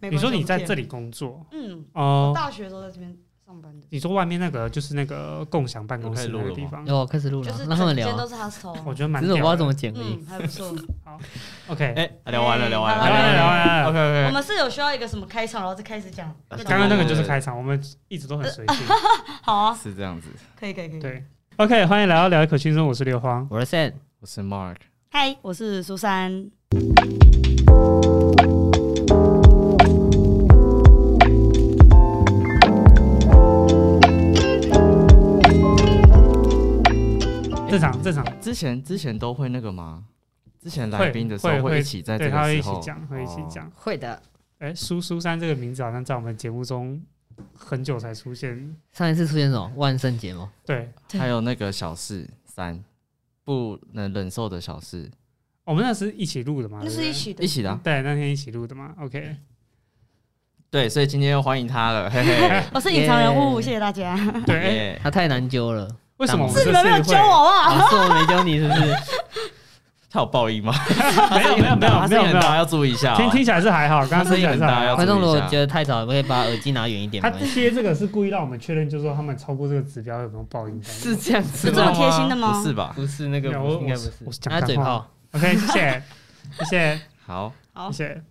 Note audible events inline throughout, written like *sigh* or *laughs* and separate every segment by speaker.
Speaker 1: 没
Speaker 2: 你
Speaker 1: 关系
Speaker 2: 说你在这
Speaker 1: 里？
Speaker 2: 里工作
Speaker 1: 嗯，
Speaker 2: 哦、
Speaker 1: 大学都在这边上班的，
Speaker 2: 你说外面那个就是那个共享办公室那个地方，
Speaker 3: 有哦开始录
Speaker 1: 就是
Speaker 3: 了，让他
Speaker 1: 整
Speaker 3: 们聊
Speaker 1: 间
Speaker 3: 啊，
Speaker 1: 都是 hostel 啊。
Speaker 2: 我觉得蛮
Speaker 3: 只是我不知
Speaker 2: 屌
Speaker 3: 道
Speaker 2: 的
Speaker 3: 怎么剪而已。
Speaker 1: 嗯，还不错。
Speaker 2: OK，
Speaker 4: 哎，聊完了，哎聊完
Speaker 2: 聊完了
Speaker 4: 了
Speaker 2: 聊完了。
Speaker 4: ，OK OK。
Speaker 1: 我们是有需要一个什么开场，然后再开始讲。
Speaker 2: 刚刚那个就是开场，我们一直都很随性。
Speaker 1: 好啊，
Speaker 4: 是这样子，
Speaker 1: 可以可以可以。
Speaker 2: 对，OK，欢迎来到聊一口轻松，我是刘荒。
Speaker 3: 我是 Sam，
Speaker 4: 我是 Mark，
Speaker 1: 嗨，我是苏珊。
Speaker 2: 正常正常，
Speaker 4: 之前之前都会那个吗？之前来宾的时
Speaker 2: 会
Speaker 4: 候
Speaker 2: 会
Speaker 4: 一起在这
Speaker 2: 对，
Speaker 4: 个
Speaker 2: 他会一
Speaker 4: 时
Speaker 2: 起
Speaker 4: 候
Speaker 2: 讲，会一起。
Speaker 4: 哦
Speaker 2: 讲。
Speaker 3: 会的。
Speaker 2: 哎，苏苏珊这个名字好像在我们节目中很久才出现。
Speaker 3: 上一次出现什么？万圣节吗？
Speaker 2: 对，
Speaker 1: 对
Speaker 4: 还有那个小事三，不能忍受的小事，
Speaker 2: 我们那是一起录的嘛？
Speaker 1: 那
Speaker 2: 对不
Speaker 1: 是
Speaker 2: 对
Speaker 1: 一起的，
Speaker 4: 一起的啊。
Speaker 2: 对，那天一起录的嘛。OK，
Speaker 4: 对，所以今天又欢迎
Speaker 2: *laughs*
Speaker 4: 他了，嘿嘿。
Speaker 1: 我哦是隐藏人物，
Speaker 3: 耶
Speaker 1: 谢谢大家。
Speaker 2: 对，哎，
Speaker 4: 耶
Speaker 3: 他太难揪了，
Speaker 2: 为什么我们
Speaker 1: 是
Speaker 2: 这
Speaker 1: 你们没有
Speaker 2: 次
Speaker 1: 教我
Speaker 2: 会？
Speaker 1: 好不好？
Speaker 3: 啊，是我没揪你是不是？
Speaker 4: 他有报应吗？
Speaker 2: 没有没有没有
Speaker 4: 他
Speaker 2: 没
Speaker 4: 声
Speaker 2: 有
Speaker 4: 音很
Speaker 2: 没
Speaker 4: 大，
Speaker 2: 有，
Speaker 4: 要注意一下哦。
Speaker 2: 听听起来是还好，刚刚听起来是还好
Speaker 4: *laughs* 要注意一下
Speaker 3: 观众如果觉得太吵，可以把耳机拿远一点
Speaker 2: 他 *laughs*
Speaker 3: 吗？
Speaker 2: 贴这个是故意让我们确认，就是说他们超过这个指标有没有报应。 *laughs*
Speaker 3: 是这样子
Speaker 1: 是这
Speaker 3: 吗？
Speaker 1: 么贴心的吗
Speaker 4: 哦不是吧？
Speaker 3: 不是那个
Speaker 2: 没有
Speaker 3: 不是，
Speaker 2: 我
Speaker 3: 应该
Speaker 2: 我是
Speaker 3: 不
Speaker 2: 我是
Speaker 3: 是。
Speaker 2: 讲
Speaker 3: 他
Speaker 2: 干
Speaker 3: 嘴
Speaker 2: 话
Speaker 3: 炮，
Speaker 2: OK，谢谢，谢谢，
Speaker 4: 好，
Speaker 1: 好
Speaker 2: 谢谢。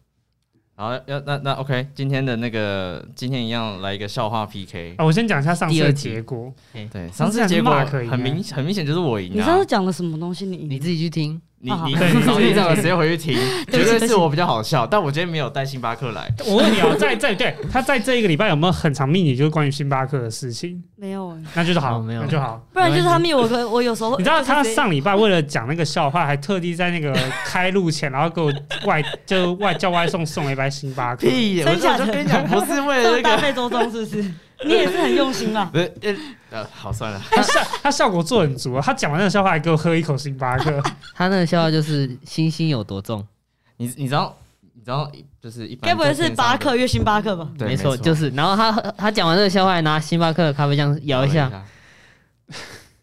Speaker 4: 好，要那那 OK，今天的那个今天一样来一个笑话 PK。
Speaker 2: 啊，我先讲一下上次
Speaker 3: 第
Speaker 2: 的
Speaker 3: 二集
Speaker 2: 结果。
Speaker 4: 对，
Speaker 3: 哦
Speaker 4: 上次结果
Speaker 2: 上次还是 Mark 赢啊
Speaker 4: 很明很明显就是我赢
Speaker 1: 你上
Speaker 4: 啊
Speaker 1: 次。讲了什么东西？
Speaker 2: 嗯
Speaker 1: 你
Speaker 3: 你
Speaker 1: 你
Speaker 3: 自己去听。
Speaker 4: 你
Speaker 1: 啊
Speaker 4: 你
Speaker 2: 对
Speaker 4: 你早
Speaker 2: 对
Speaker 4: 知道了，谁回去听？
Speaker 1: 对
Speaker 4: 绝
Speaker 1: 不起
Speaker 4: 对是我比较好笑，但我今天没有带星巴克来。
Speaker 2: 我问你哦，在在对他在这一个礼拜有没有很长命你就是关于星巴克的事情？
Speaker 1: 没有欸，
Speaker 2: 那就是好，
Speaker 3: 哦没有
Speaker 2: 那就好。
Speaker 1: 不然就是他们有个我有时候
Speaker 2: 你知道他
Speaker 1: 就是直接
Speaker 2: 上礼拜为了讲那个笑话，还特地在那个开录前，然后给我外 *laughs* 就外叫外送送了一杯星巴克。
Speaker 4: 屁！我
Speaker 1: 真
Speaker 4: 就
Speaker 1: 假
Speaker 4: 我
Speaker 1: 的
Speaker 4: 就跟你讲，不是为了
Speaker 1: 这么
Speaker 4: 那
Speaker 1: 大
Speaker 4: 个，
Speaker 1: 费周章，是不是？
Speaker 2: *laughs*
Speaker 1: 你也是很用心啦。
Speaker 4: 不是呃呃，好算了，
Speaker 2: 他效他效果做很足啊！他讲完那个笑话，还给我喝一口星巴 *laughs* 克。
Speaker 3: 他那个笑话就是星星有多重，
Speaker 4: 你你知道你知道就是一般
Speaker 1: 该不会
Speaker 4: 在
Speaker 1: 是
Speaker 4: 天上
Speaker 1: 巴
Speaker 4: 的
Speaker 1: 克月星巴克吧？
Speaker 4: 对，
Speaker 3: 没
Speaker 4: 错，
Speaker 3: 就是是。然后他他讲完这个笑话，还拿星巴克的咖啡酱摇一
Speaker 4: 哦
Speaker 3: 下，，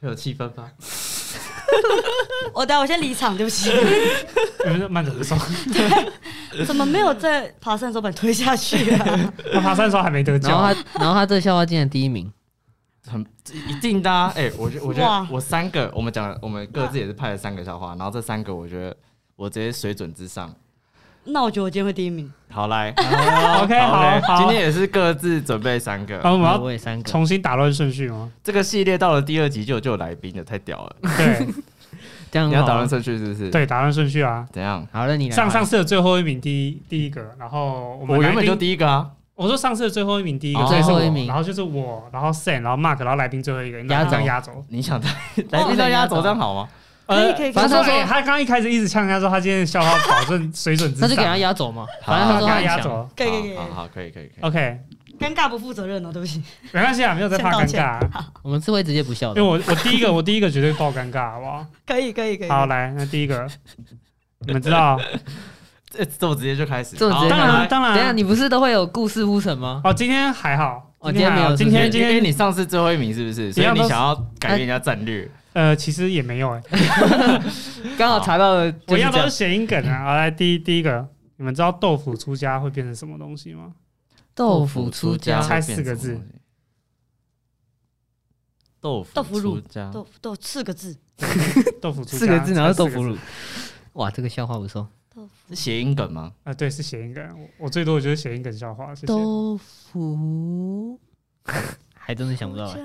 Speaker 4: 会有气氛吧？
Speaker 1: 我等下我先离场，对不起。
Speaker 2: 你们慢走送，
Speaker 1: *laughs* 怎么没有在爬山的时候把你推下去 *laughs* 啊？
Speaker 2: 他爬山的时候还没得
Speaker 3: 然后
Speaker 2: 奖。
Speaker 3: 他然后他这个笑话竟然第一名，
Speaker 4: 很一定的啊！哎，我觉我觉
Speaker 1: 哇
Speaker 4: 得我三个，我们讲了我们各自也是拍了三个笑话，然后这三个我觉得我直接水准之上。
Speaker 1: 那我觉得我今天会第一名。
Speaker 4: 好来
Speaker 2: OK，好
Speaker 4: 嘞
Speaker 2: 好，
Speaker 4: 今天也是各自准备三
Speaker 2: *laughs*
Speaker 4: 个。
Speaker 2: *laughs* 啊好，我们
Speaker 3: 然后
Speaker 2: 要
Speaker 3: 我也三个。
Speaker 2: 重新打乱顺序
Speaker 3: *laughs*
Speaker 2: 吗？
Speaker 4: 这个系列到了第二集就有就有来宾了，太屌了！
Speaker 2: 对
Speaker 3: 这样
Speaker 4: 你要
Speaker 3: 好
Speaker 4: 打
Speaker 3: 吗
Speaker 4: 乱顺序是不是？，
Speaker 2: 嗯对，打乱顺序啊。
Speaker 4: 怎样？
Speaker 3: 好了，你来
Speaker 2: 上
Speaker 3: 吧
Speaker 2: 上次的最后一名第一第一个，然后我们
Speaker 4: 我原
Speaker 2: 来
Speaker 4: 本
Speaker 2: 宾
Speaker 4: 就第一个啊，
Speaker 2: 我说上次的最后一名第一个，
Speaker 4: 哦
Speaker 2: 所以是我
Speaker 3: 最后一名
Speaker 2: 然后就是我，然后 Sam，然后 Mark，然后来宾最后一个，
Speaker 3: 压轴
Speaker 2: 这样压轴。
Speaker 4: 你想带
Speaker 2: 哦
Speaker 4: 来宾到压轴这样好吗？
Speaker 1: 可以可以
Speaker 2: 反
Speaker 3: 反
Speaker 2: 正他
Speaker 3: 正他
Speaker 2: 说
Speaker 3: 说
Speaker 2: 哎他刚刚一开始一直呛他说他今天的笑话保证水准之
Speaker 3: 那
Speaker 2: 上，
Speaker 3: 就给他压走嘛，反正
Speaker 2: 好
Speaker 3: 他
Speaker 2: 给
Speaker 3: 说
Speaker 2: 他
Speaker 3: 他
Speaker 2: 压
Speaker 3: 很强。
Speaker 2: 轴。
Speaker 1: 可以可以
Speaker 4: 好好
Speaker 1: 可
Speaker 4: 好，可以可以可以。
Speaker 2: OK，
Speaker 1: 以，尴尬不负责任哦，对不起。
Speaker 2: 没关系啊，没有在怕尴
Speaker 1: 先
Speaker 2: 尬啊，
Speaker 3: 我们是会直接不笑
Speaker 2: 因
Speaker 3: 的
Speaker 2: 为。我我第
Speaker 3: *laughs*
Speaker 2: 一个我第一个绝对爆尴尬，好不好？
Speaker 1: 可以可以可以。
Speaker 2: 好，来，那第一个，你们知道？
Speaker 4: 这呃这我直接就开始，
Speaker 3: 这么直接
Speaker 4: 好
Speaker 2: 当
Speaker 3: 好
Speaker 2: 然
Speaker 3: 来
Speaker 2: 当
Speaker 3: *laughs* 等一下
Speaker 2: 然，
Speaker 3: 你不是都会有故事铺陈吗？
Speaker 2: 哦，今天还好，
Speaker 3: 哦
Speaker 2: 还好今天
Speaker 3: 今天没有
Speaker 2: 今
Speaker 4: 因为
Speaker 2: 天
Speaker 4: 你上次最后一名是不是？所
Speaker 2: 一
Speaker 4: 以
Speaker 2: 样
Speaker 4: 你
Speaker 2: 都是
Speaker 4: 想要改变人家战略，
Speaker 2: 呃，其实也没有哎，
Speaker 3: 刚好查到了，就
Speaker 2: 我
Speaker 3: 是
Speaker 2: 一样
Speaker 3: 这
Speaker 2: 都
Speaker 3: 样
Speaker 2: 是谐音梗啊。好，来第一第一个，你们知道豆腐出家会变成什么东西吗？
Speaker 3: 豆腐出家，
Speaker 2: 猜四个字，
Speaker 4: 豆腐
Speaker 1: 豆腐乳
Speaker 4: 出家，
Speaker 1: 豆豆四个字，
Speaker 2: 豆腐出家
Speaker 3: 四个字，然后
Speaker 2: 猜
Speaker 3: 豆
Speaker 2: 四个字
Speaker 3: 腐乳。哇，这个笑话不错。
Speaker 4: 是谐音梗吗？
Speaker 2: 啊，对，是谐音梗。我我最多的就是谐音梗笑话，谢谢。
Speaker 3: 豆腐，还真的想不到哎。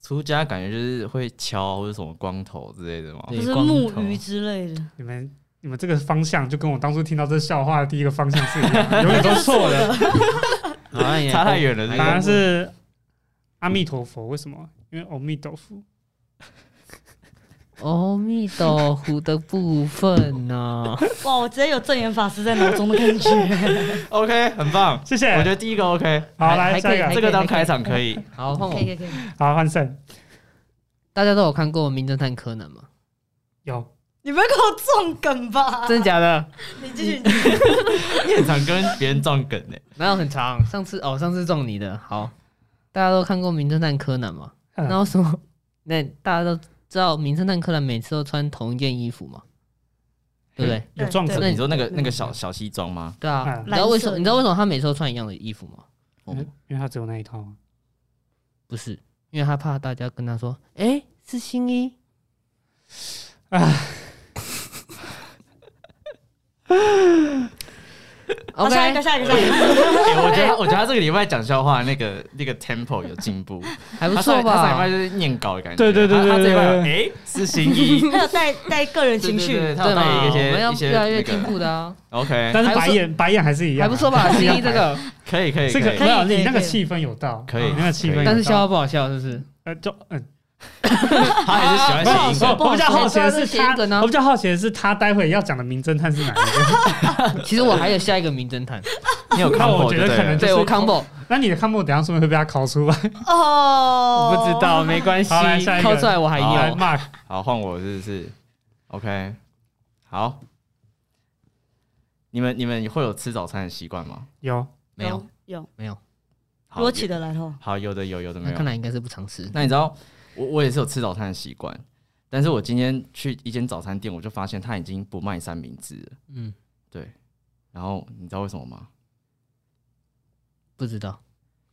Speaker 4: 出家感觉就是会敲或者什么光头之类的吗？
Speaker 3: 对
Speaker 1: 就是
Speaker 3: 光
Speaker 1: 木
Speaker 3: 头
Speaker 1: 鱼之类的。
Speaker 2: 你们你们这个方向就跟我当初听到这笑话的第一个方向是一样的，永远都错的。
Speaker 3: 好那你来
Speaker 4: 差太远
Speaker 3: 哎
Speaker 4: 了，
Speaker 2: 答
Speaker 4: 是
Speaker 2: 案
Speaker 4: 不是？
Speaker 2: 是阿弥陀佛，为什么？因为阿弥豆腐。
Speaker 3: 阿弥豆腐的部分啊呢？
Speaker 1: 哇，我直接有正言法师在脑中的感觉。
Speaker 4: OK，很棒，
Speaker 2: 谢谢。
Speaker 4: 我觉得第一个 OK，
Speaker 2: 好，
Speaker 3: 还
Speaker 2: 来
Speaker 3: 还
Speaker 2: 下一
Speaker 3: 可以
Speaker 2: 个
Speaker 3: 还，
Speaker 4: 这个当开场可
Speaker 3: *laughs*
Speaker 4: 以。
Speaker 3: *laughs* 好，换
Speaker 1: 可
Speaker 3: 我
Speaker 1: 以。可以可以。
Speaker 2: 好，换胜。
Speaker 3: 大家都有看过《名侦探柯南》吗？
Speaker 2: 有
Speaker 1: 你不要给我中梗吧？
Speaker 3: 真的假的？
Speaker 1: 你继续。
Speaker 4: 现场跟别人撞梗欸呢，
Speaker 3: 没有很长，上次哦，上次中你的。好，大家都看过《名侦探柯南》吗？
Speaker 2: 嗯
Speaker 3: 然后什 *laughs* *laughs* 么？那大家都知道《名侦探柯南》每次都穿同一件衣服吗？对不对？
Speaker 2: 有撞
Speaker 1: 对
Speaker 4: 是
Speaker 2: 车，
Speaker 3: 对
Speaker 4: 你说那个那个小小西装
Speaker 3: *laughs*
Speaker 4: 吗？
Speaker 3: 对啊
Speaker 2: 嗯，
Speaker 3: 你知道为什
Speaker 1: 蓝色
Speaker 3: 么？
Speaker 1: 的
Speaker 3: 你知道为什么他每次都穿一样的衣服吗？
Speaker 4: 哦
Speaker 2: 因为因为他只有那一套啊嘛。
Speaker 3: 不是，因为他怕大家跟他说，哎，是新衣， *laughs* 啊。
Speaker 1: 好，下一个，
Speaker 3: OK，
Speaker 1: 下一个，下一个。 *laughs*
Speaker 4: 欸 *laughs* 我觉得他我觉得他这个礼拜讲笑话那个那个 tempo 有进步，
Speaker 3: 还不
Speaker 4: 他
Speaker 3: 错
Speaker 4: 上他上礼拜
Speaker 3: 吧？
Speaker 4: 就是念稿的感觉，
Speaker 2: 对对对对
Speaker 4: 他他这一拜
Speaker 2: 对对
Speaker 4: 哎是新
Speaker 3: *laughs*
Speaker 4: 一
Speaker 1: 还有带带个人情
Speaker 4: 对对
Speaker 1: 绪，
Speaker 4: 对他有带
Speaker 3: 嘛，
Speaker 4: 一
Speaker 3: 我们
Speaker 4: 些
Speaker 3: 要
Speaker 4: 一些
Speaker 3: 越来越
Speaker 4: 那个
Speaker 3: 进步的啊，
Speaker 4: OK，
Speaker 2: 但是
Speaker 3: 还不
Speaker 2: 白
Speaker 3: 错
Speaker 2: 眼白眼还是一样啊，
Speaker 3: 还不错吧？新衣这个，
Speaker 4: 可以可以
Speaker 2: 这个
Speaker 4: 可
Speaker 2: 没
Speaker 4: 以
Speaker 2: 有
Speaker 1: 可以
Speaker 2: 你那个
Speaker 1: 可以
Speaker 2: 气氛有到，
Speaker 4: 可以
Speaker 2: 你那个气氛有到，
Speaker 3: 但是笑话不好笑，是不是？
Speaker 2: 呃就嗯
Speaker 4: 他还是喜欢
Speaker 2: 不
Speaker 4: 谐
Speaker 2: 好
Speaker 4: 音
Speaker 2: 说，
Speaker 4: 梗，
Speaker 2: 我比较好奇的
Speaker 3: 对
Speaker 2: 是
Speaker 3: 谐音
Speaker 2: 他
Speaker 3: 梗啊，
Speaker 2: 我比较好奇的是他待会要讲的名侦探是哪一个？
Speaker 3: 其实我还有下一个名侦 *laughs* 探，
Speaker 4: 你有
Speaker 2: 那
Speaker 4: 看
Speaker 2: 我
Speaker 4: 过
Speaker 2: 觉得
Speaker 4: 对
Speaker 2: 可能
Speaker 4: 了
Speaker 2: 就是
Speaker 3: 对我 combo
Speaker 2: 那你的看不懂等一下说不定会被他考出来。
Speaker 1: 哦，
Speaker 3: 不知道，没关系
Speaker 2: 好来下一，个
Speaker 3: 靠出来我还
Speaker 4: 好
Speaker 2: 来
Speaker 3: 有。
Speaker 2: Mark，
Speaker 4: 好换我是不是？OK，好，你们你们会有吃早餐的习惯吗？
Speaker 2: 有
Speaker 3: 没有
Speaker 1: 有，
Speaker 3: 没有，
Speaker 1: 如
Speaker 4: 好
Speaker 1: 果起得来的话，
Speaker 4: 好有的有有的没
Speaker 3: 那
Speaker 4: 有
Speaker 3: 看，来应该是不常吃。
Speaker 4: 那你知道我我也是有吃早餐的习惯，但是我今天去一间早餐店，我就发现他已经不卖三明治了。
Speaker 3: 嗯，
Speaker 4: 对，然后你知道为什么吗？
Speaker 3: 不知道。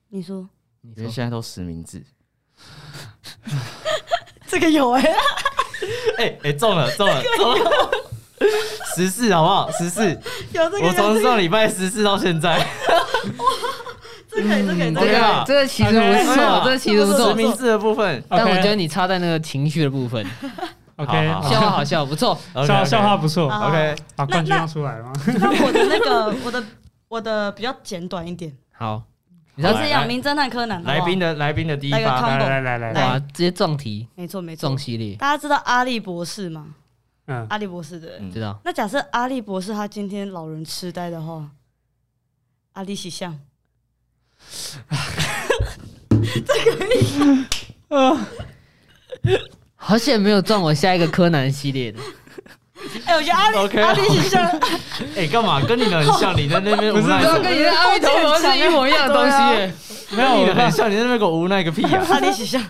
Speaker 1: 你说
Speaker 3: 你
Speaker 4: 因为
Speaker 3: 说
Speaker 4: 现在都实名制。
Speaker 1: 这个有哎，
Speaker 4: 哎、哎、中了中了中了， *laughs* 十四好不好？十四，
Speaker 1: 有这个，
Speaker 4: 我
Speaker 1: 有这
Speaker 4: 从
Speaker 1: 个，
Speaker 4: 上礼拜十四到现
Speaker 3: *laughs*
Speaker 4: 在，
Speaker 1: 这个有这个有这
Speaker 3: 这
Speaker 4: 对
Speaker 1: 个，
Speaker 4: 啊
Speaker 3: 个这个其实不错，
Speaker 4: OK
Speaker 3: 这个其实不
Speaker 4: 实
Speaker 3: 错。
Speaker 4: 名制的部分。
Speaker 3: 但我觉得
Speaker 2: OK
Speaker 3: 你插在那个情绪的部
Speaker 2: *laughs*
Speaker 3: 分，
Speaker 2: OK，
Speaker 4: 好好
Speaker 3: 笑话好笑，
Speaker 2: *laughs*
Speaker 3: 不错。
Speaker 2: 笑笑话不错，
Speaker 1: 好
Speaker 4: OK，
Speaker 2: 好冠军
Speaker 1: 那
Speaker 2: 要出来了吗？
Speaker 1: 那我的那个， *laughs* 我的我的比较简短一点，
Speaker 3: 好，你知
Speaker 1: 我
Speaker 3: 道
Speaker 4: 好
Speaker 1: 是
Speaker 4: 来
Speaker 1: 要名侦探柯南，
Speaker 4: 来
Speaker 1: 好不好
Speaker 4: 宾的来宾的第一
Speaker 1: 来个
Speaker 4: 发，
Speaker 2: 来
Speaker 1: combo
Speaker 2: 来来来来，
Speaker 3: 哇，直接撞题
Speaker 1: 没错没错
Speaker 3: 撞，系列，
Speaker 1: 大家知道阿笠博士吗？
Speaker 2: 嗯，
Speaker 1: 阿笠博士的，
Speaker 4: 嗯
Speaker 3: 知道？
Speaker 1: 那假设阿笠博士他今天老人痴呆的话，阿笠喜 *laughs* 相，
Speaker 3: 好险没有撞我下一个柯南系
Speaker 2: *laughs*
Speaker 3: 列的，
Speaker 1: 哎，我觉得阿
Speaker 4: OK，
Speaker 1: 笠阿笠喜
Speaker 4: *laughs*
Speaker 1: 相，
Speaker 4: 哎，干嘛？跟你的很像，你在那边无
Speaker 2: 不是
Speaker 4: 奈
Speaker 2: 这
Speaker 4: 什
Speaker 2: 个
Speaker 4: 么，
Speaker 3: 跟你的阿弥陀佛是一模一样的东
Speaker 2: *laughs*
Speaker 3: 西耶。
Speaker 4: 没有你的很像，你在那边给我无奈个屁呀！
Speaker 1: *laughs* 阿笠喜相，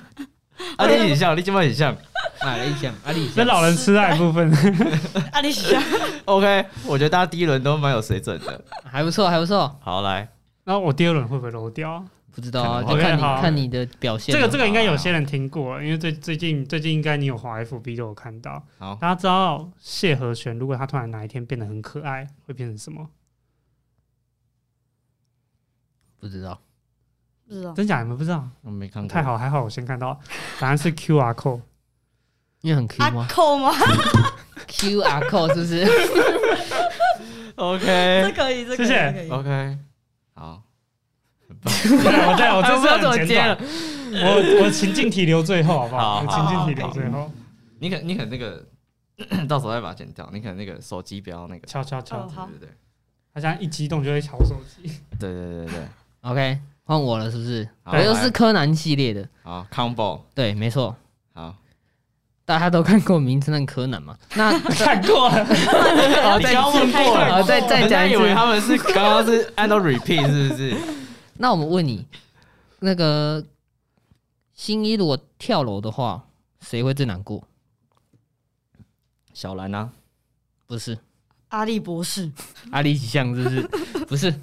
Speaker 4: 啊，你很像，你今晚很像。
Speaker 2: 啊
Speaker 3: 买了一箱，阿里
Speaker 2: 那
Speaker 3: 箱。
Speaker 2: 老人痴呆的部分，
Speaker 1: 阿笠喜相，
Speaker 4: OK，我觉得大家第一轮都蛮有水准的。
Speaker 3: 还不错，还不错，
Speaker 4: 好，来，
Speaker 2: 然后我第二轮会不会漏掉啊？
Speaker 3: 不知道啊，
Speaker 4: 可能
Speaker 3: 就看
Speaker 2: OK，
Speaker 3: 你
Speaker 2: 好
Speaker 3: 看你的表现
Speaker 2: 这
Speaker 3: 啊。
Speaker 2: 个这个应该有些人听过，因为最最近最近应该你有滑 FB 都有看到。
Speaker 4: 好
Speaker 2: 大家知道谢和弦，如果他突然哪一天变得很可爱，会变成什么？
Speaker 3: 不知道，
Speaker 1: 不知道
Speaker 2: 真假你们不知道？
Speaker 4: 我没看过，
Speaker 2: 太，好，还好我先看到，答案是 QR code。
Speaker 3: 因为很 Q
Speaker 1: 阿
Speaker 2: 啊
Speaker 1: 啊
Speaker 3: 吗
Speaker 1: 扣吗？
Speaker 3: ？Q R code 是不
Speaker 2: *laughs*
Speaker 3: 是？
Speaker 1: 这
Speaker 4: OK，OK，
Speaker 1: 可以，这可以
Speaker 2: 谢谢
Speaker 1: 这可以
Speaker 4: 哦
Speaker 1: 哦
Speaker 4: 好，
Speaker 2: 对，我对我这
Speaker 3: 哎我不知道怎
Speaker 2: 是
Speaker 3: 么
Speaker 2: 很
Speaker 3: 接
Speaker 2: 简
Speaker 3: 了
Speaker 2: 短。我我情境题留最后好不好？
Speaker 4: 好
Speaker 2: 我
Speaker 4: 好
Speaker 2: 情境题留最后，
Speaker 4: 你可你可那个， *clears throat* 到时候再把它剪掉。你可那个手机不要那个，
Speaker 2: 敲敲
Speaker 1: 哦
Speaker 2: 敲，
Speaker 1: 好
Speaker 4: 对对
Speaker 2: 他现在一激动就会敲手机。
Speaker 4: 对对对对对。
Speaker 3: OK，换我了，是不是？
Speaker 4: 好
Speaker 3: 我又是
Speaker 4: 来
Speaker 3: 柯南系列的，
Speaker 4: 好，combo，
Speaker 3: 对，没错，
Speaker 4: 好，
Speaker 3: 大家都看过《名侦探柯南》嘛？那
Speaker 2: *laughs* 看过啊了，
Speaker 3: 好，
Speaker 4: 你
Speaker 3: 再
Speaker 4: 刚问过了，
Speaker 3: 好，再
Speaker 1: 哦
Speaker 3: 再
Speaker 4: 人家
Speaker 3: 讲一
Speaker 4: 以为
Speaker 3: 次。
Speaker 4: 他们是刚刚是按照 repeat 是不是？
Speaker 3: 那我们问你，那个新一如果跳楼的话，谁会最难过？
Speaker 4: 小兰啊，
Speaker 3: 不是啊
Speaker 1: 阿笠博士，
Speaker 3: 阿里几项，是
Speaker 4: *laughs*
Speaker 3: 不是？不是。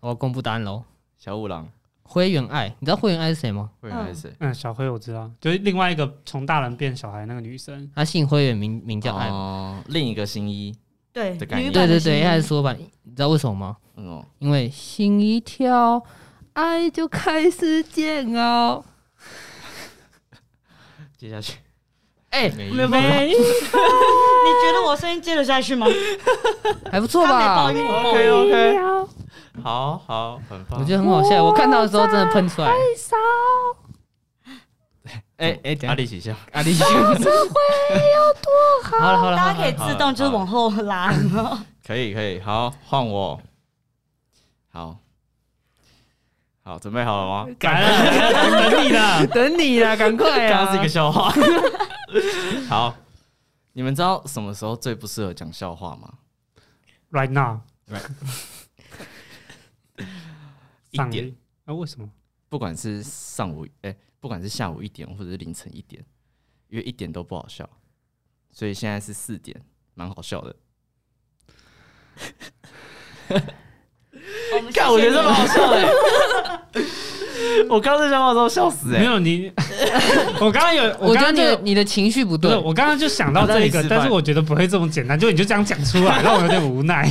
Speaker 3: 我公布答案喽。
Speaker 4: 小五郎，
Speaker 3: 灰原哀，你知道灰原哀是谁吗？
Speaker 4: 会员还是谁？
Speaker 2: 嗯，小辉我知道，就是另外一个从大人变小孩那个女生，
Speaker 3: 她姓灰原，名名叫爱。
Speaker 4: 哦，另一个新一，
Speaker 1: 对，
Speaker 4: 的概念
Speaker 1: 女
Speaker 3: 对
Speaker 1: 版
Speaker 3: 对
Speaker 1: 的
Speaker 3: 对，
Speaker 1: 新
Speaker 3: 她
Speaker 1: 一
Speaker 3: 是说吧，你知道为什么吗？
Speaker 4: 嗯哦，
Speaker 3: 因为心一跳，爱就开始煎熬。
Speaker 4: 接下去
Speaker 3: 哎、
Speaker 4: 没
Speaker 1: 没有办法你觉得我声音接得下去吗？
Speaker 3: 还不错吧
Speaker 1: 差？点爆音
Speaker 4: ，OK OK，好好，很棒。
Speaker 3: 我觉得很好笑，我看到的时候真的喷出来。
Speaker 4: 哎
Speaker 3: 哎等一下
Speaker 4: 阿里起笑，
Speaker 3: 阿力， *laughs* 好了好
Speaker 1: *laughs*
Speaker 3: 了，
Speaker 1: 大
Speaker 3: 好
Speaker 1: 家可以
Speaker 3: 了，
Speaker 1: 自动就是往后拉，有没有
Speaker 4: 可以可以，好，换我，好，好，准备好了吗？
Speaker 2: 来了，等你呢。
Speaker 3: 等你啦，赶快
Speaker 4: 刚
Speaker 3: 啊！
Speaker 4: 刚是一个笑话， *laughs* 好，你们知道什么时候最不适合讲笑话吗？
Speaker 2: Right now，
Speaker 4: 一
Speaker 2: *laughs* 上
Speaker 4: 点，
Speaker 2: 啊？为什么？
Speaker 4: 不管是上午，哎、不管是下午一点或者是凌晨一点，因为一点都不好笑。所以现在是四点，蛮好笑的。 *laughs*
Speaker 1: 我们
Speaker 4: 看，我觉得这蛮好
Speaker 1: 们
Speaker 4: 笑的。我刚才讲话的时候笑死哎、
Speaker 2: 没有你，我刚刚有，
Speaker 3: 我觉
Speaker 2: 刚刚
Speaker 3: 得你
Speaker 2: 就
Speaker 3: 的你的情绪不
Speaker 2: 不
Speaker 3: 对
Speaker 2: 是，，我刚刚就想到这一
Speaker 4: 我让你
Speaker 2: 个
Speaker 4: 示，范
Speaker 2: 但是我觉得不会这么简单，就你就这样讲出来，让我有点无奈。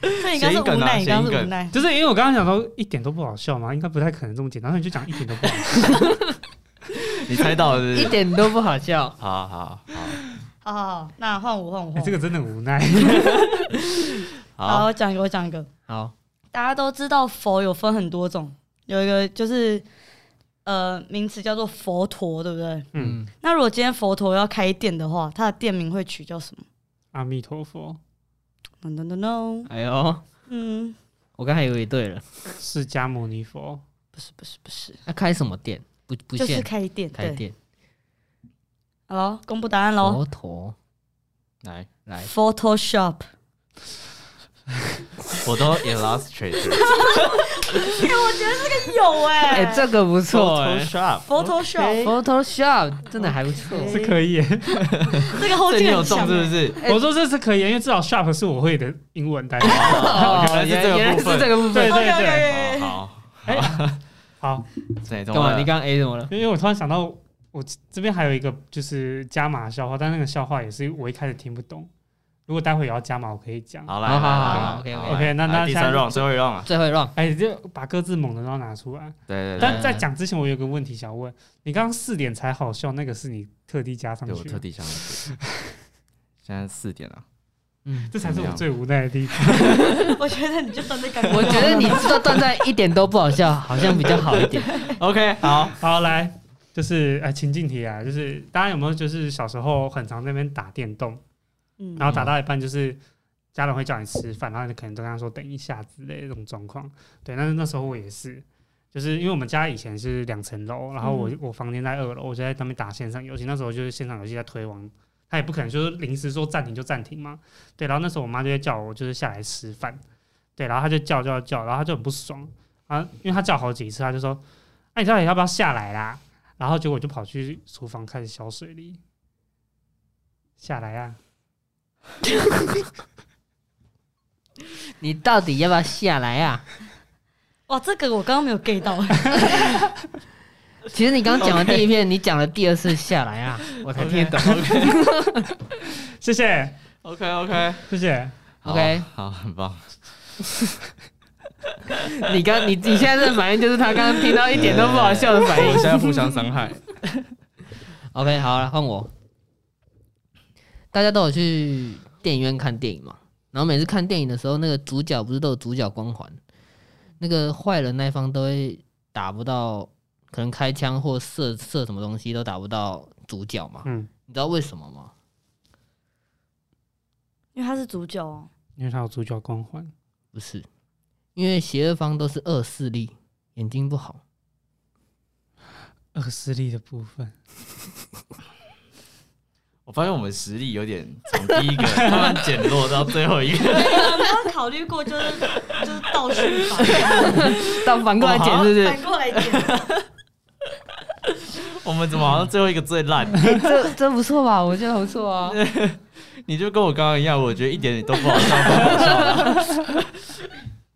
Speaker 1: 所以你刚刚是
Speaker 4: 啊
Speaker 1: 无奈，你刚刚是无奈，
Speaker 2: 就是因为我刚刚想说一点都不好笑嘛，应该不太可能这么简单，那你就讲一点都不好笑。
Speaker 4: 你猜到了是不
Speaker 3: 一
Speaker 4: 是？
Speaker 3: 点都不好笑。
Speaker 4: 好好
Speaker 1: 好好好，哦那换我换我
Speaker 2: 哎
Speaker 1: 换
Speaker 2: 这
Speaker 1: 我。
Speaker 2: 个真的很无奈。
Speaker 4: 好
Speaker 1: 好，
Speaker 4: 好，
Speaker 1: 我讲一个，我讲一个。
Speaker 3: 好，
Speaker 1: 大家都知道佛有分很多种，有一个就是呃名词叫做佛陀，对不对？
Speaker 2: 嗯，
Speaker 3: 嗯，
Speaker 1: 那如果今天佛陀要开店的话，他的店名会取叫什么
Speaker 2: 阿弥陀佛，
Speaker 1: ？No no no no，
Speaker 3: 哎呦，
Speaker 1: 嗯，
Speaker 3: 我刚才以为对了，
Speaker 2: 释迦牟尼佛，
Speaker 1: 不是不是不是，
Speaker 3: 那开什么店？不不
Speaker 1: 就是
Speaker 3: 限
Speaker 1: 开店，哦
Speaker 3: 开
Speaker 1: 对。
Speaker 3: 店，
Speaker 1: 好咯，公布答案喽。
Speaker 3: 佛陀
Speaker 4: 来，
Speaker 3: 来
Speaker 1: Photoshop，
Speaker 4: 我都 illustrator
Speaker 1: 哎有哎
Speaker 3: 哎，这个不错哎
Speaker 4: Photoshop，
Speaker 1: Photoshop
Speaker 3: ，Photoshop 真的还不错，
Speaker 2: 是可以耶。
Speaker 1: 这个后
Speaker 4: 这你
Speaker 1: 劲
Speaker 4: 有
Speaker 1: 很
Speaker 4: 中
Speaker 1: 强
Speaker 4: 是不
Speaker 1: 欸，
Speaker 4: 是？
Speaker 3: 哎
Speaker 2: 我说这是可以耶，因为至少 sharp 是我会的英文单词。
Speaker 3: 哦
Speaker 4: 原来是这个
Speaker 3: 原来
Speaker 4: 部分
Speaker 3: 是这个部
Speaker 2: 对
Speaker 3: 分。
Speaker 2: 对
Speaker 1: OK，OK，OK
Speaker 2: 对，
Speaker 4: 好好，
Speaker 2: 好，
Speaker 4: 这你中
Speaker 3: 干嘛？
Speaker 4: 了。
Speaker 3: 你刚刚 A 怎么了？
Speaker 2: 因为我突然想到，我这边还有一个就是加码的笑话，但那个笑话也是我一开始听不懂。如果待会也要加码，我可以讲。
Speaker 4: 好来，
Speaker 3: 好
Speaker 4: 来
Speaker 3: 好
Speaker 4: 来
Speaker 3: 好
Speaker 4: 来
Speaker 3: OK，OK
Speaker 4: 好来
Speaker 2: OK，那
Speaker 4: 来
Speaker 2: 那
Speaker 4: 第
Speaker 2: 下
Speaker 4: 三
Speaker 2: 一
Speaker 4: round 最后一 round 了，
Speaker 3: 最后一 round，
Speaker 2: 哎，就把各自猛的都拿出来。
Speaker 4: 对对对
Speaker 2: 但在讲之前，我有个问题想问，你刚刚四点才好笑，那个是你特地加上
Speaker 4: 对，我
Speaker 2: 去
Speaker 4: 特
Speaker 2: 的，
Speaker 4: 地想的是，
Speaker 3: *laughs*
Speaker 4: 现在四点了，
Speaker 2: *laughs*
Speaker 3: 嗯，
Speaker 2: 这才是
Speaker 4: 怎么
Speaker 2: 我
Speaker 4: 样
Speaker 2: 最无奈的地方。
Speaker 1: 我觉得你就算在感
Speaker 3: 我觉得你这段在一点都不好笑，好像比较好一点。
Speaker 4: OK，好，
Speaker 2: 好，来，就是哎，情境题啊，就是大家有没有就是小时候很常在那边打电动，
Speaker 1: 嗯
Speaker 2: 然后打到一半就是家人会叫你吃饭，然后你可能都跟他说等一下之类的这种状况。对，但是那时候我也是，就是因为我们家以前是两层楼，然后我、我房间在二楼，我就在那边打线上游戏。那时候就是线上游戏在推网，他也不可能就是临时说暂停就暂停嘛。对，然后那时候我妈就会叫我就是下来吃饭，对，然后她就叫叫叫，然后她就很不爽啊，因为她叫好几次，她就说：“哎、你到底要不要下来啦？”然后结果我就跑去厨房开始小水梨，下来啊。
Speaker 3: 你到底要不要下来啊？
Speaker 1: 哇，哦这个我刚刚没有 get 到，
Speaker 3: 其实你刚讲完第一遍，你讲了第二次下来啊，我才听得懂。
Speaker 2: 谢谢，
Speaker 4: OK OK
Speaker 2: 谢谢。
Speaker 3: OK
Speaker 4: 好，很
Speaker 3: *laughs*
Speaker 4: 棒。
Speaker 3: 你刚你你现在的反应就是他刚刚听到一点都不好笑的反
Speaker 4: 我
Speaker 3: 应
Speaker 4: 们。现在互相伤害，
Speaker 3: OK，好了，换我。大家都有去电影院看电影嘛？然后每次看电影的时候，那个主角不是都有主角光环？那个坏人那一方都会打不到，可能开枪或射射什么东西都打不到主角嘛？
Speaker 2: 嗯，
Speaker 3: 你知道为什么吗？
Speaker 1: 因为他是主角哦。
Speaker 2: 因为他有主角光环。
Speaker 3: 不是，因为邪恶方都是恶势力，眼睛不好。
Speaker 2: 恶势力的部分，
Speaker 4: 我发现我们实力有点从第
Speaker 3: *laughs*
Speaker 4: 一个慢慢减弱到最后一个，
Speaker 1: 有没有考虑过就是就是倒叙法，
Speaker 3: 但反过来剪是不是？
Speaker 1: 反过来点？
Speaker 4: 我们怎么好像最后一个最烂？
Speaker 3: 这这不错吧？我觉得不错啊。
Speaker 4: 你就跟我刚刚一样，我觉得一点都不好笑，不好笑。啊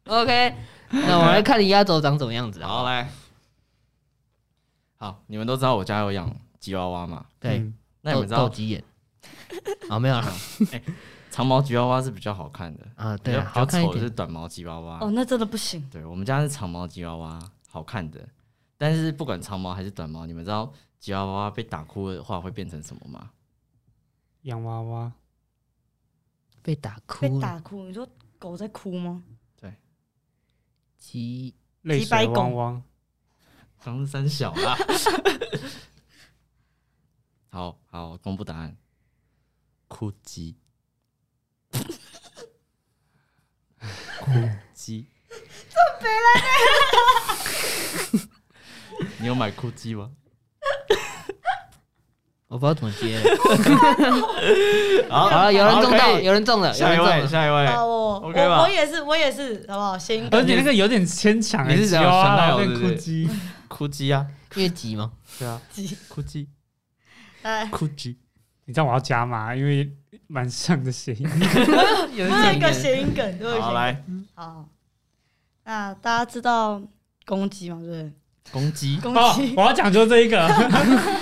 Speaker 3: OK，那我来看你压轴长什么样子
Speaker 4: 然后
Speaker 3: 啊？
Speaker 4: 来，好，你们都知道我家有养吉娃娃嘛？
Speaker 3: 对，
Speaker 2: 嗯
Speaker 4: 那你
Speaker 3: 斗
Speaker 4: 们知道哦
Speaker 3: 斗
Speaker 4: *laughs*
Speaker 3: 鸡眼。啊，没有了
Speaker 4: 长毛吉娃娃是比较好看的，
Speaker 3: 啊，
Speaker 4: 比
Speaker 3: 对
Speaker 4: 较
Speaker 3: 啊，
Speaker 4: 比
Speaker 3: 好
Speaker 4: 较
Speaker 3: 看一
Speaker 4: 丑的是
Speaker 3: 点。
Speaker 4: 短毛吉娃娃
Speaker 1: 哦，。那真的不行，
Speaker 4: 对我们家是长毛吉娃娃，好看的。但是不管长毛还是短毛，你们知道吉娃娃被打哭的话会变成什么吗？
Speaker 2: 洋娃娃，
Speaker 3: 被打
Speaker 1: 被
Speaker 3: 哭了，
Speaker 1: 打哭。你说狗在哭吗？
Speaker 3: 鸡
Speaker 2: 泪水汪汪，
Speaker 4: 张三小啊啦。 *laughs* 好好，公布答案。哭鸡，哭鸡，这没 *laughs* 了。你有买哭鸡吗？
Speaker 3: 我不知道怎么接了。
Speaker 4: *laughs* 好
Speaker 3: 好了，有人中到，有人中了，有
Speaker 4: 下
Speaker 3: 人
Speaker 4: 一
Speaker 3: 中
Speaker 4: 位，
Speaker 3: 了。
Speaker 4: 下一位。
Speaker 1: 哦，我
Speaker 4: 哎 OK 吧
Speaker 1: 我我也是，我也是，好不好？先一个
Speaker 2: 而且那个有点牵强欸，
Speaker 4: 你是
Speaker 2: 吉
Speaker 4: 想
Speaker 2: 娃
Speaker 4: 要
Speaker 2: 娃
Speaker 4: 香奈儿
Speaker 2: 然后变
Speaker 4: 是不是
Speaker 2: 哭鸡，
Speaker 4: 哭鸡啊，
Speaker 3: 因为急嘛，？
Speaker 4: 对啊，
Speaker 1: 鸡，
Speaker 4: 哭鸡，
Speaker 1: 哎，
Speaker 4: 哭鸡。
Speaker 2: 你知道我要加吗？因为蛮像的谐音。*laughs*
Speaker 4: *laughs* 有
Speaker 1: 我有一个谐音梗，对不
Speaker 4: 好
Speaker 1: 对？
Speaker 4: 来
Speaker 1: 好，那大家知道公鸡吗？对
Speaker 4: 公鸡
Speaker 1: 不对？，公
Speaker 2: 哦
Speaker 1: 鸡，，
Speaker 2: 我要讲究这一个，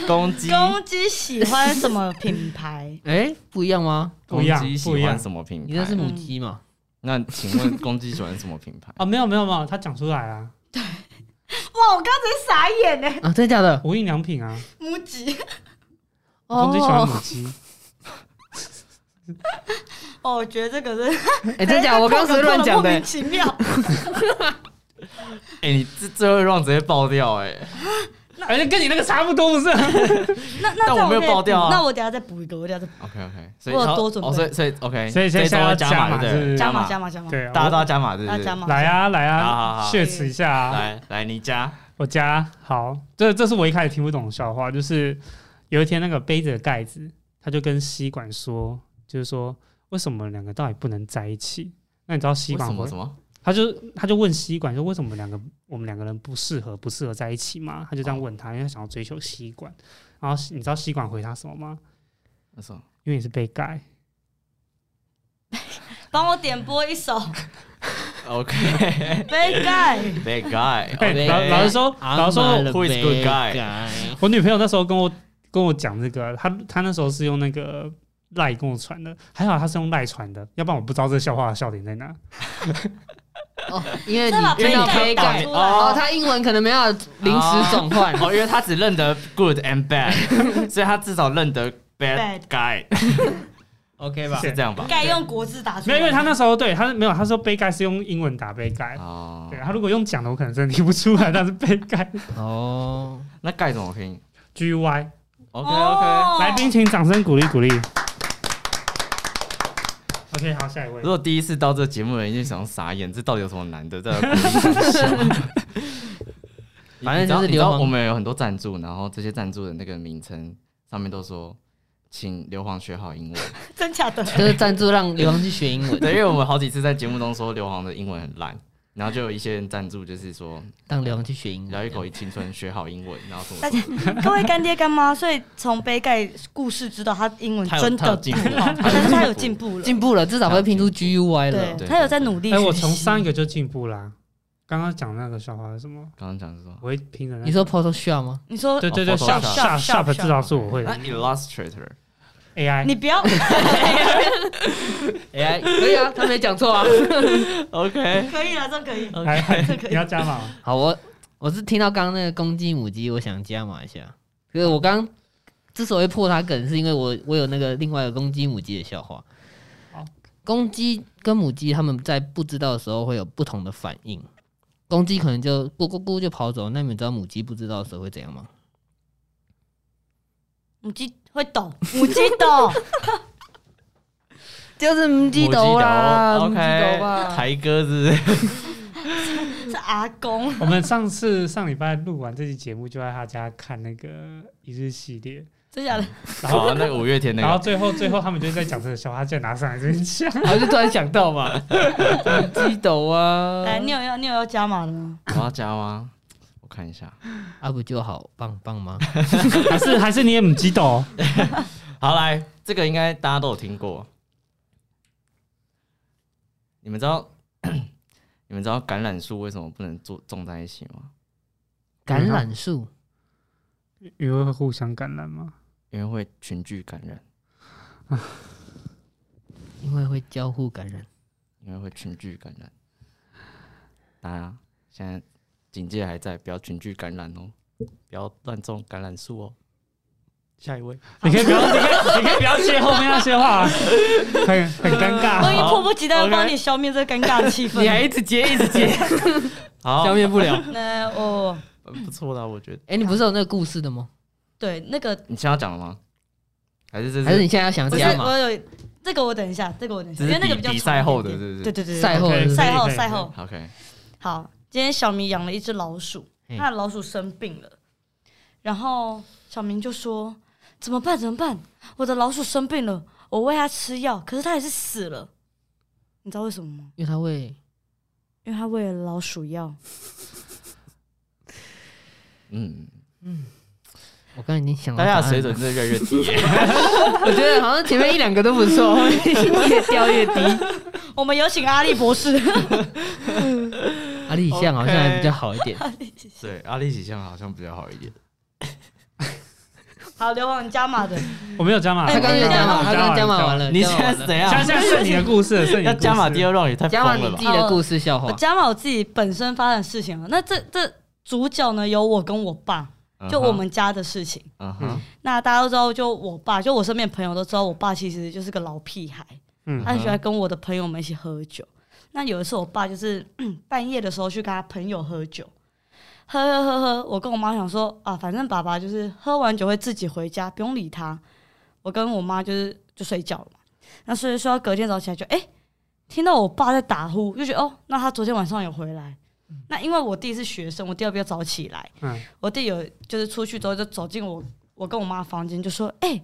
Speaker 4: 公鸡，
Speaker 1: 公鸡喜欢什么品牌
Speaker 3: *laughs* 哎、不一样吗？
Speaker 2: 不
Speaker 4: 公
Speaker 2: 一样
Speaker 4: 鸡喜
Speaker 2: 不一样？
Speaker 4: 欢什么品
Speaker 3: 你那
Speaker 4: 牌
Speaker 3: 是？母鸡嘛？
Speaker 4: 那请问公鸡喜欢什么品牌
Speaker 2: *laughs* 哦，没有没有没有，他讲出来啊，
Speaker 1: 哇，我刚才傻眼呢，
Speaker 3: 啊，真的假的？
Speaker 2: 无印良品啊，
Speaker 1: 母鸡。
Speaker 3: 哦
Speaker 2: 公鸡喜欢母鸡，
Speaker 1: 哦，我觉得这个是，
Speaker 3: 哎、真假？我刚随便乱讲的、
Speaker 1: 莫名其
Speaker 3: *laughs*
Speaker 1: 妙。
Speaker 4: *laughs* 哎，你这最后一 round 直接爆掉哎！
Speaker 2: 哎，跟 *laughs* 你那个差不多不是？
Speaker 1: 那那
Speaker 4: 但
Speaker 1: 这样
Speaker 4: 我没有
Speaker 1: 可以
Speaker 4: 爆掉啊
Speaker 1: 补那我等一下再补一个，我等一下再
Speaker 4: OK OK，所以
Speaker 1: 我有
Speaker 4: 好
Speaker 1: 多准备
Speaker 4: 哦，所以所以 OK，
Speaker 2: 所以
Speaker 4: 这
Speaker 2: 现
Speaker 4: 一周
Speaker 2: 在
Speaker 4: 要
Speaker 2: 要
Speaker 4: 加
Speaker 2: 加
Speaker 4: 码
Speaker 2: 码
Speaker 4: 对不
Speaker 2: 是不
Speaker 4: 对？
Speaker 2: 是
Speaker 1: 补加码加码加码，
Speaker 2: *laughs* 对啊，
Speaker 4: 大家都要加码对
Speaker 1: 大家
Speaker 4: 不对
Speaker 1: 加？码
Speaker 2: 来，啊来
Speaker 4: 好好
Speaker 2: 啊，
Speaker 4: 好
Speaker 2: 血耻一下啊！
Speaker 4: 来来，你加
Speaker 2: 我加好，这这是我一开始听不懂的笑话，就是有一天那个杯子的盖子，他就跟吸管说，就是说为什么两个到底不能在一起？那你知道吸
Speaker 4: 为
Speaker 2: 管
Speaker 4: 什么
Speaker 2: 会
Speaker 4: 什么？
Speaker 2: 他就他就问吸管说为什么两个我们两个人不适合不适合在一起吗？他就这样问他，因为他想要追求吸管。然后你知道吸管回答什么吗？
Speaker 4: 那什么？
Speaker 2: 因为你是杯盖。
Speaker 1: 帮我点播一首
Speaker 4: OK，
Speaker 1: 杯盖。
Speaker 4: *laughs* bad *laughs* guy，
Speaker 2: 哎
Speaker 4: 对
Speaker 2: 老老实说，
Speaker 4: 啊
Speaker 2: 老实说，
Speaker 4: Who is good guy？
Speaker 2: *laughs* 我女朋友那时候跟我跟我讲这个，啊她她那时候是用那个赖跟我传的，还好她是用赖传的，要不然我不知道这个笑话的笑点在哪。
Speaker 3: 哦，因为你
Speaker 1: 再把
Speaker 3: 因为你可以
Speaker 1: 杯盖
Speaker 3: 改
Speaker 1: 打出来
Speaker 3: 哦，他英文可能没有临时转换。
Speaker 4: 哦，因为他只认得 good and
Speaker 1: *laughs*
Speaker 4: bad，所以他至少认得 bad
Speaker 1: Bad
Speaker 4: guy，
Speaker 1: *laughs*
Speaker 3: OK
Speaker 4: 是这样吧？
Speaker 1: 盖用国字打出
Speaker 2: 没
Speaker 1: 来，
Speaker 2: 有，因为她那时候对她没有，她说杯盖是用英文打杯盖。
Speaker 4: 哦
Speaker 2: 对，，她如果用讲的，我可能真的听不出来，但是杯盖
Speaker 4: *laughs*
Speaker 3: 哦，
Speaker 4: 那盖怎么拼
Speaker 2: G Y。
Speaker 4: ？OK OK，
Speaker 1: 哦
Speaker 2: 来宾，请掌声鼓励鼓励。OK，好，下一位
Speaker 4: 如。果第一次到这节目的人就想傻眼，这到底有什么难的？在鼓励想笑
Speaker 3: 反正就是
Speaker 4: 你知道你知道
Speaker 3: 硫磺
Speaker 4: 我们有很多赞助，然后这些赞助的那个名称上面都说。请硫磺学好英文。
Speaker 1: 真假的？
Speaker 3: 就是赞助让刘洋去学英文，
Speaker 4: *laughs* 对，因为我们好几次在节目中说硫磺的英文很烂，然后就有一些人赞助，就是说
Speaker 3: 让刘洋去学英
Speaker 4: 聊一
Speaker 3: 文。
Speaker 4: 口青春，学好英文，然后什么
Speaker 1: 大家
Speaker 4: *laughs*
Speaker 1: 各位干爹干妈，所以从杯盖故事知道他英文
Speaker 4: 他有
Speaker 1: 真
Speaker 4: 他有
Speaker 1: 的
Speaker 4: 进
Speaker 1: 不
Speaker 4: 步
Speaker 1: 好，
Speaker 4: 他有
Speaker 1: 但是他
Speaker 4: 进
Speaker 1: 有进步
Speaker 4: 步
Speaker 1: 了，
Speaker 3: *laughs* 进步了，至少会拼出 GUY 了。
Speaker 1: 对
Speaker 4: 对
Speaker 1: 他有在努力
Speaker 2: 哎、
Speaker 1: 学习。
Speaker 2: 我从上一个就进步啦。刚刚讲那个笑话是什么？
Speaker 4: 刚刚讲是什么？
Speaker 2: 我会拼的那
Speaker 3: 你
Speaker 2: 个。
Speaker 3: 说 Photoshop 吗？
Speaker 1: 你说
Speaker 2: 对对对
Speaker 4: 哦
Speaker 2: ，Sharp
Speaker 1: Photoshop
Speaker 2: Sharp Sharp
Speaker 1: Sharp，
Speaker 2: 至少是我会的
Speaker 4: 那 Illustrator
Speaker 2: AI。
Speaker 1: 你不要，
Speaker 3: 哎，可以啊，他没讲错啊。
Speaker 2: 哎
Speaker 4: OK，
Speaker 1: 可以了，这可以。
Speaker 2: 来，
Speaker 1: 这可以
Speaker 2: 哎你要加码吗？
Speaker 3: *laughs* 好，我我是听到刚刚那个公鸡母鸡，我想加码一下。可是我刚刚之所以破他梗，是因为我我有那个另外一个公鸡母鸡的笑话
Speaker 2: 好。
Speaker 3: 公鸡跟母鸡他们在不知道的时候会有不同的反应，公鸡可能就咕咕咕就跑走。那你们知道母鸡不知道的时候会怎样吗？
Speaker 1: 母鸡会抖，母鸡
Speaker 3: *laughs*
Speaker 1: 抖，
Speaker 3: 就是母鸡
Speaker 4: 斗
Speaker 3: 斗啦，母鸡斗
Speaker 4: ，OK，*laughs*
Speaker 3: 吧。
Speaker 4: 台哥是不是？
Speaker 1: 是阿公。
Speaker 2: *laughs* 我们上次上礼拜录完这期节目，就在他家看那个一日系列，
Speaker 1: 真假的？
Speaker 2: 然后
Speaker 4: 好，那个五月天那
Speaker 2: 然后
Speaker 4: 个，
Speaker 2: 最后最后他们就在讲这个笑话，竟然拿上来这边讲。
Speaker 3: 然后就突然想到嘛，母鸡斗啊，
Speaker 1: 来，哎你有要你有要加码的吗？
Speaker 4: 我要加吗？我看一下。
Speaker 3: 啊不就好棒棒吗？
Speaker 2: *laughs* 还是还是你也母鸡斗？
Speaker 4: 好，来，这个应该大家都有听过。你们知道 *clears throat* 你们知道橄榄树为什么不能种种在一起吗？
Speaker 3: 橄榄树
Speaker 2: 鱼会互相感染吗？
Speaker 4: 因为会群聚感染，
Speaker 3: 因为会交互感染。
Speaker 4: 因为会群聚感染。大家现在警戒还在，不要群聚感染哦，不要乱种橄榄树哦。下一位，
Speaker 2: 你可以不要，你可以你可以不要接后面那些话，很很尴
Speaker 4: 啊
Speaker 1: *laughs* 我已
Speaker 2: 尬。
Speaker 1: 经迫不及待要
Speaker 4: OK
Speaker 1: 帮你消灭这尴尬的气氛。
Speaker 3: 一直接，一直接，
Speaker 4: 好，
Speaker 3: 灭不了。
Speaker 1: *laughs* 那我
Speaker 4: 不错啦，我觉得。
Speaker 3: *laughs* 哎、你不是有那个故事的吗？
Speaker 1: 对那个
Speaker 4: 你现在要讲了吗？还是这
Speaker 3: 还是你
Speaker 4: 是
Speaker 3: 现在要想
Speaker 1: 不是
Speaker 3: 加
Speaker 1: 我
Speaker 3: 嘛？
Speaker 1: 有这个，我等一下，这个我等一下，
Speaker 4: 这
Speaker 1: 因为
Speaker 4: 是
Speaker 1: 那个比
Speaker 4: 比
Speaker 1: 较长一
Speaker 4: 比赛后的，
Speaker 1: 点
Speaker 4: 是
Speaker 1: 点
Speaker 4: 不是？
Speaker 1: 对对对，
Speaker 3: 赛后的
Speaker 2: OK，
Speaker 1: 赛后
Speaker 2: 可以
Speaker 1: 赛后。
Speaker 4: OK，
Speaker 1: 好，今天小明养了一只老鼠，
Speaker 3: 嘿
Speaker 1: 他的老鼠生病了，然后小明就说：“怎么办？怎么办？我的老鼠生病了，我喂它吃药，可是它还是死了。你知道为什么吗？
Speaker 3: 因为他会
Speaker 1: 因为它喂了
Speaker 4: *laughs*
Speaker 1: 老鼠药。
Speaker 4: 嗯，
Speaker 3: 我刚才已经
Speaker 1: 哦
Speaker 3: 想到
Speaker 4: 大
Speaker 3: 答
Speaker 4: 家
Speaker 3: 案
Speaker 4: 的水
Speaker 3: 了
Speaker 4: 准，真的越来越低耶、
Speaker 1: *laughs*
Speaker 3: 我觉得好像前面一两个都不错，后面 *laughs* 越掉越低。
Speaker 1: 我们有请阿力博士， *laughs*
Speaker 3: 阿里像好像还比较好一点。
Speaker 4: 对，阿力几项好像比较好一点。
Speaker 1: 好，刘往加码的，
Speaker 2: 我没有加码，
Speaker 3: 他刚刚
Speaker 1: 有
Speaker 3: 加
Speaker 1: 加
Speaker 3: 码，他刚刚加码完
Speaker 2: 了。
Speaker 3: 了。
Speaker 4: 你
Speaker 3: 加
Speaker 4: 现
Speaker 3: 码
Speaker 4: 在
Speaker 3: 完
Speaker 4: 是怎
Speaker 3: 了
Speaker 2: 现在
Speaker 4: 样？
Speaker 2: 现在剩你的故事了，剩你
Speaker 4: 要
Speaker 2: 的
Speaker 4: 加码
Speaker 2: 故
Speaker 4: 第
Speaker 2: 事了
Speaker 4: 二 round 也太
Speaker 3: 加
Speaker 4: 疯
Speaker 3: 码
Speaker 4: 了
Speaker 3: 你
Speaker 4: 吧
Speaker 3: 自！己的故事笑
Speaker 1: 我
Speaker 3: 话。
Speaker 1: 加码我自己本身发生的事情啊。那这这主角呢，有我跟我爸，就我们家的事情。
Speaker 4: 嗯哼，嗯哼，
Speaker 1: 那大家都知道，就我爸，就我身边的朋友都知道，我爸其实就是个老屁孩，
Speaker 2: 嗯
Speaker 1: 他很喜欢跟我的朋友们一起喝酒。那有一次，我爸就是 *clears throat* 半夜的时候去跟他朋友喝酒，喝喝喝喝，我跟我妈想说啊，反正爸爸就是喝完酒会自己回家，不用理他。我跟我妈就是就睡觉了嘛，那睡着睡到隔天早起来就哎、听到我爸在打呼，就觉得哦，那他昨天晚上有回来。那因为我弟是学生，我弟要不要早起来？
Speaker 2: 嗯
Speaker 1: 我弟有就是出去之后就走进我我跟我妈房间，就说：“哎、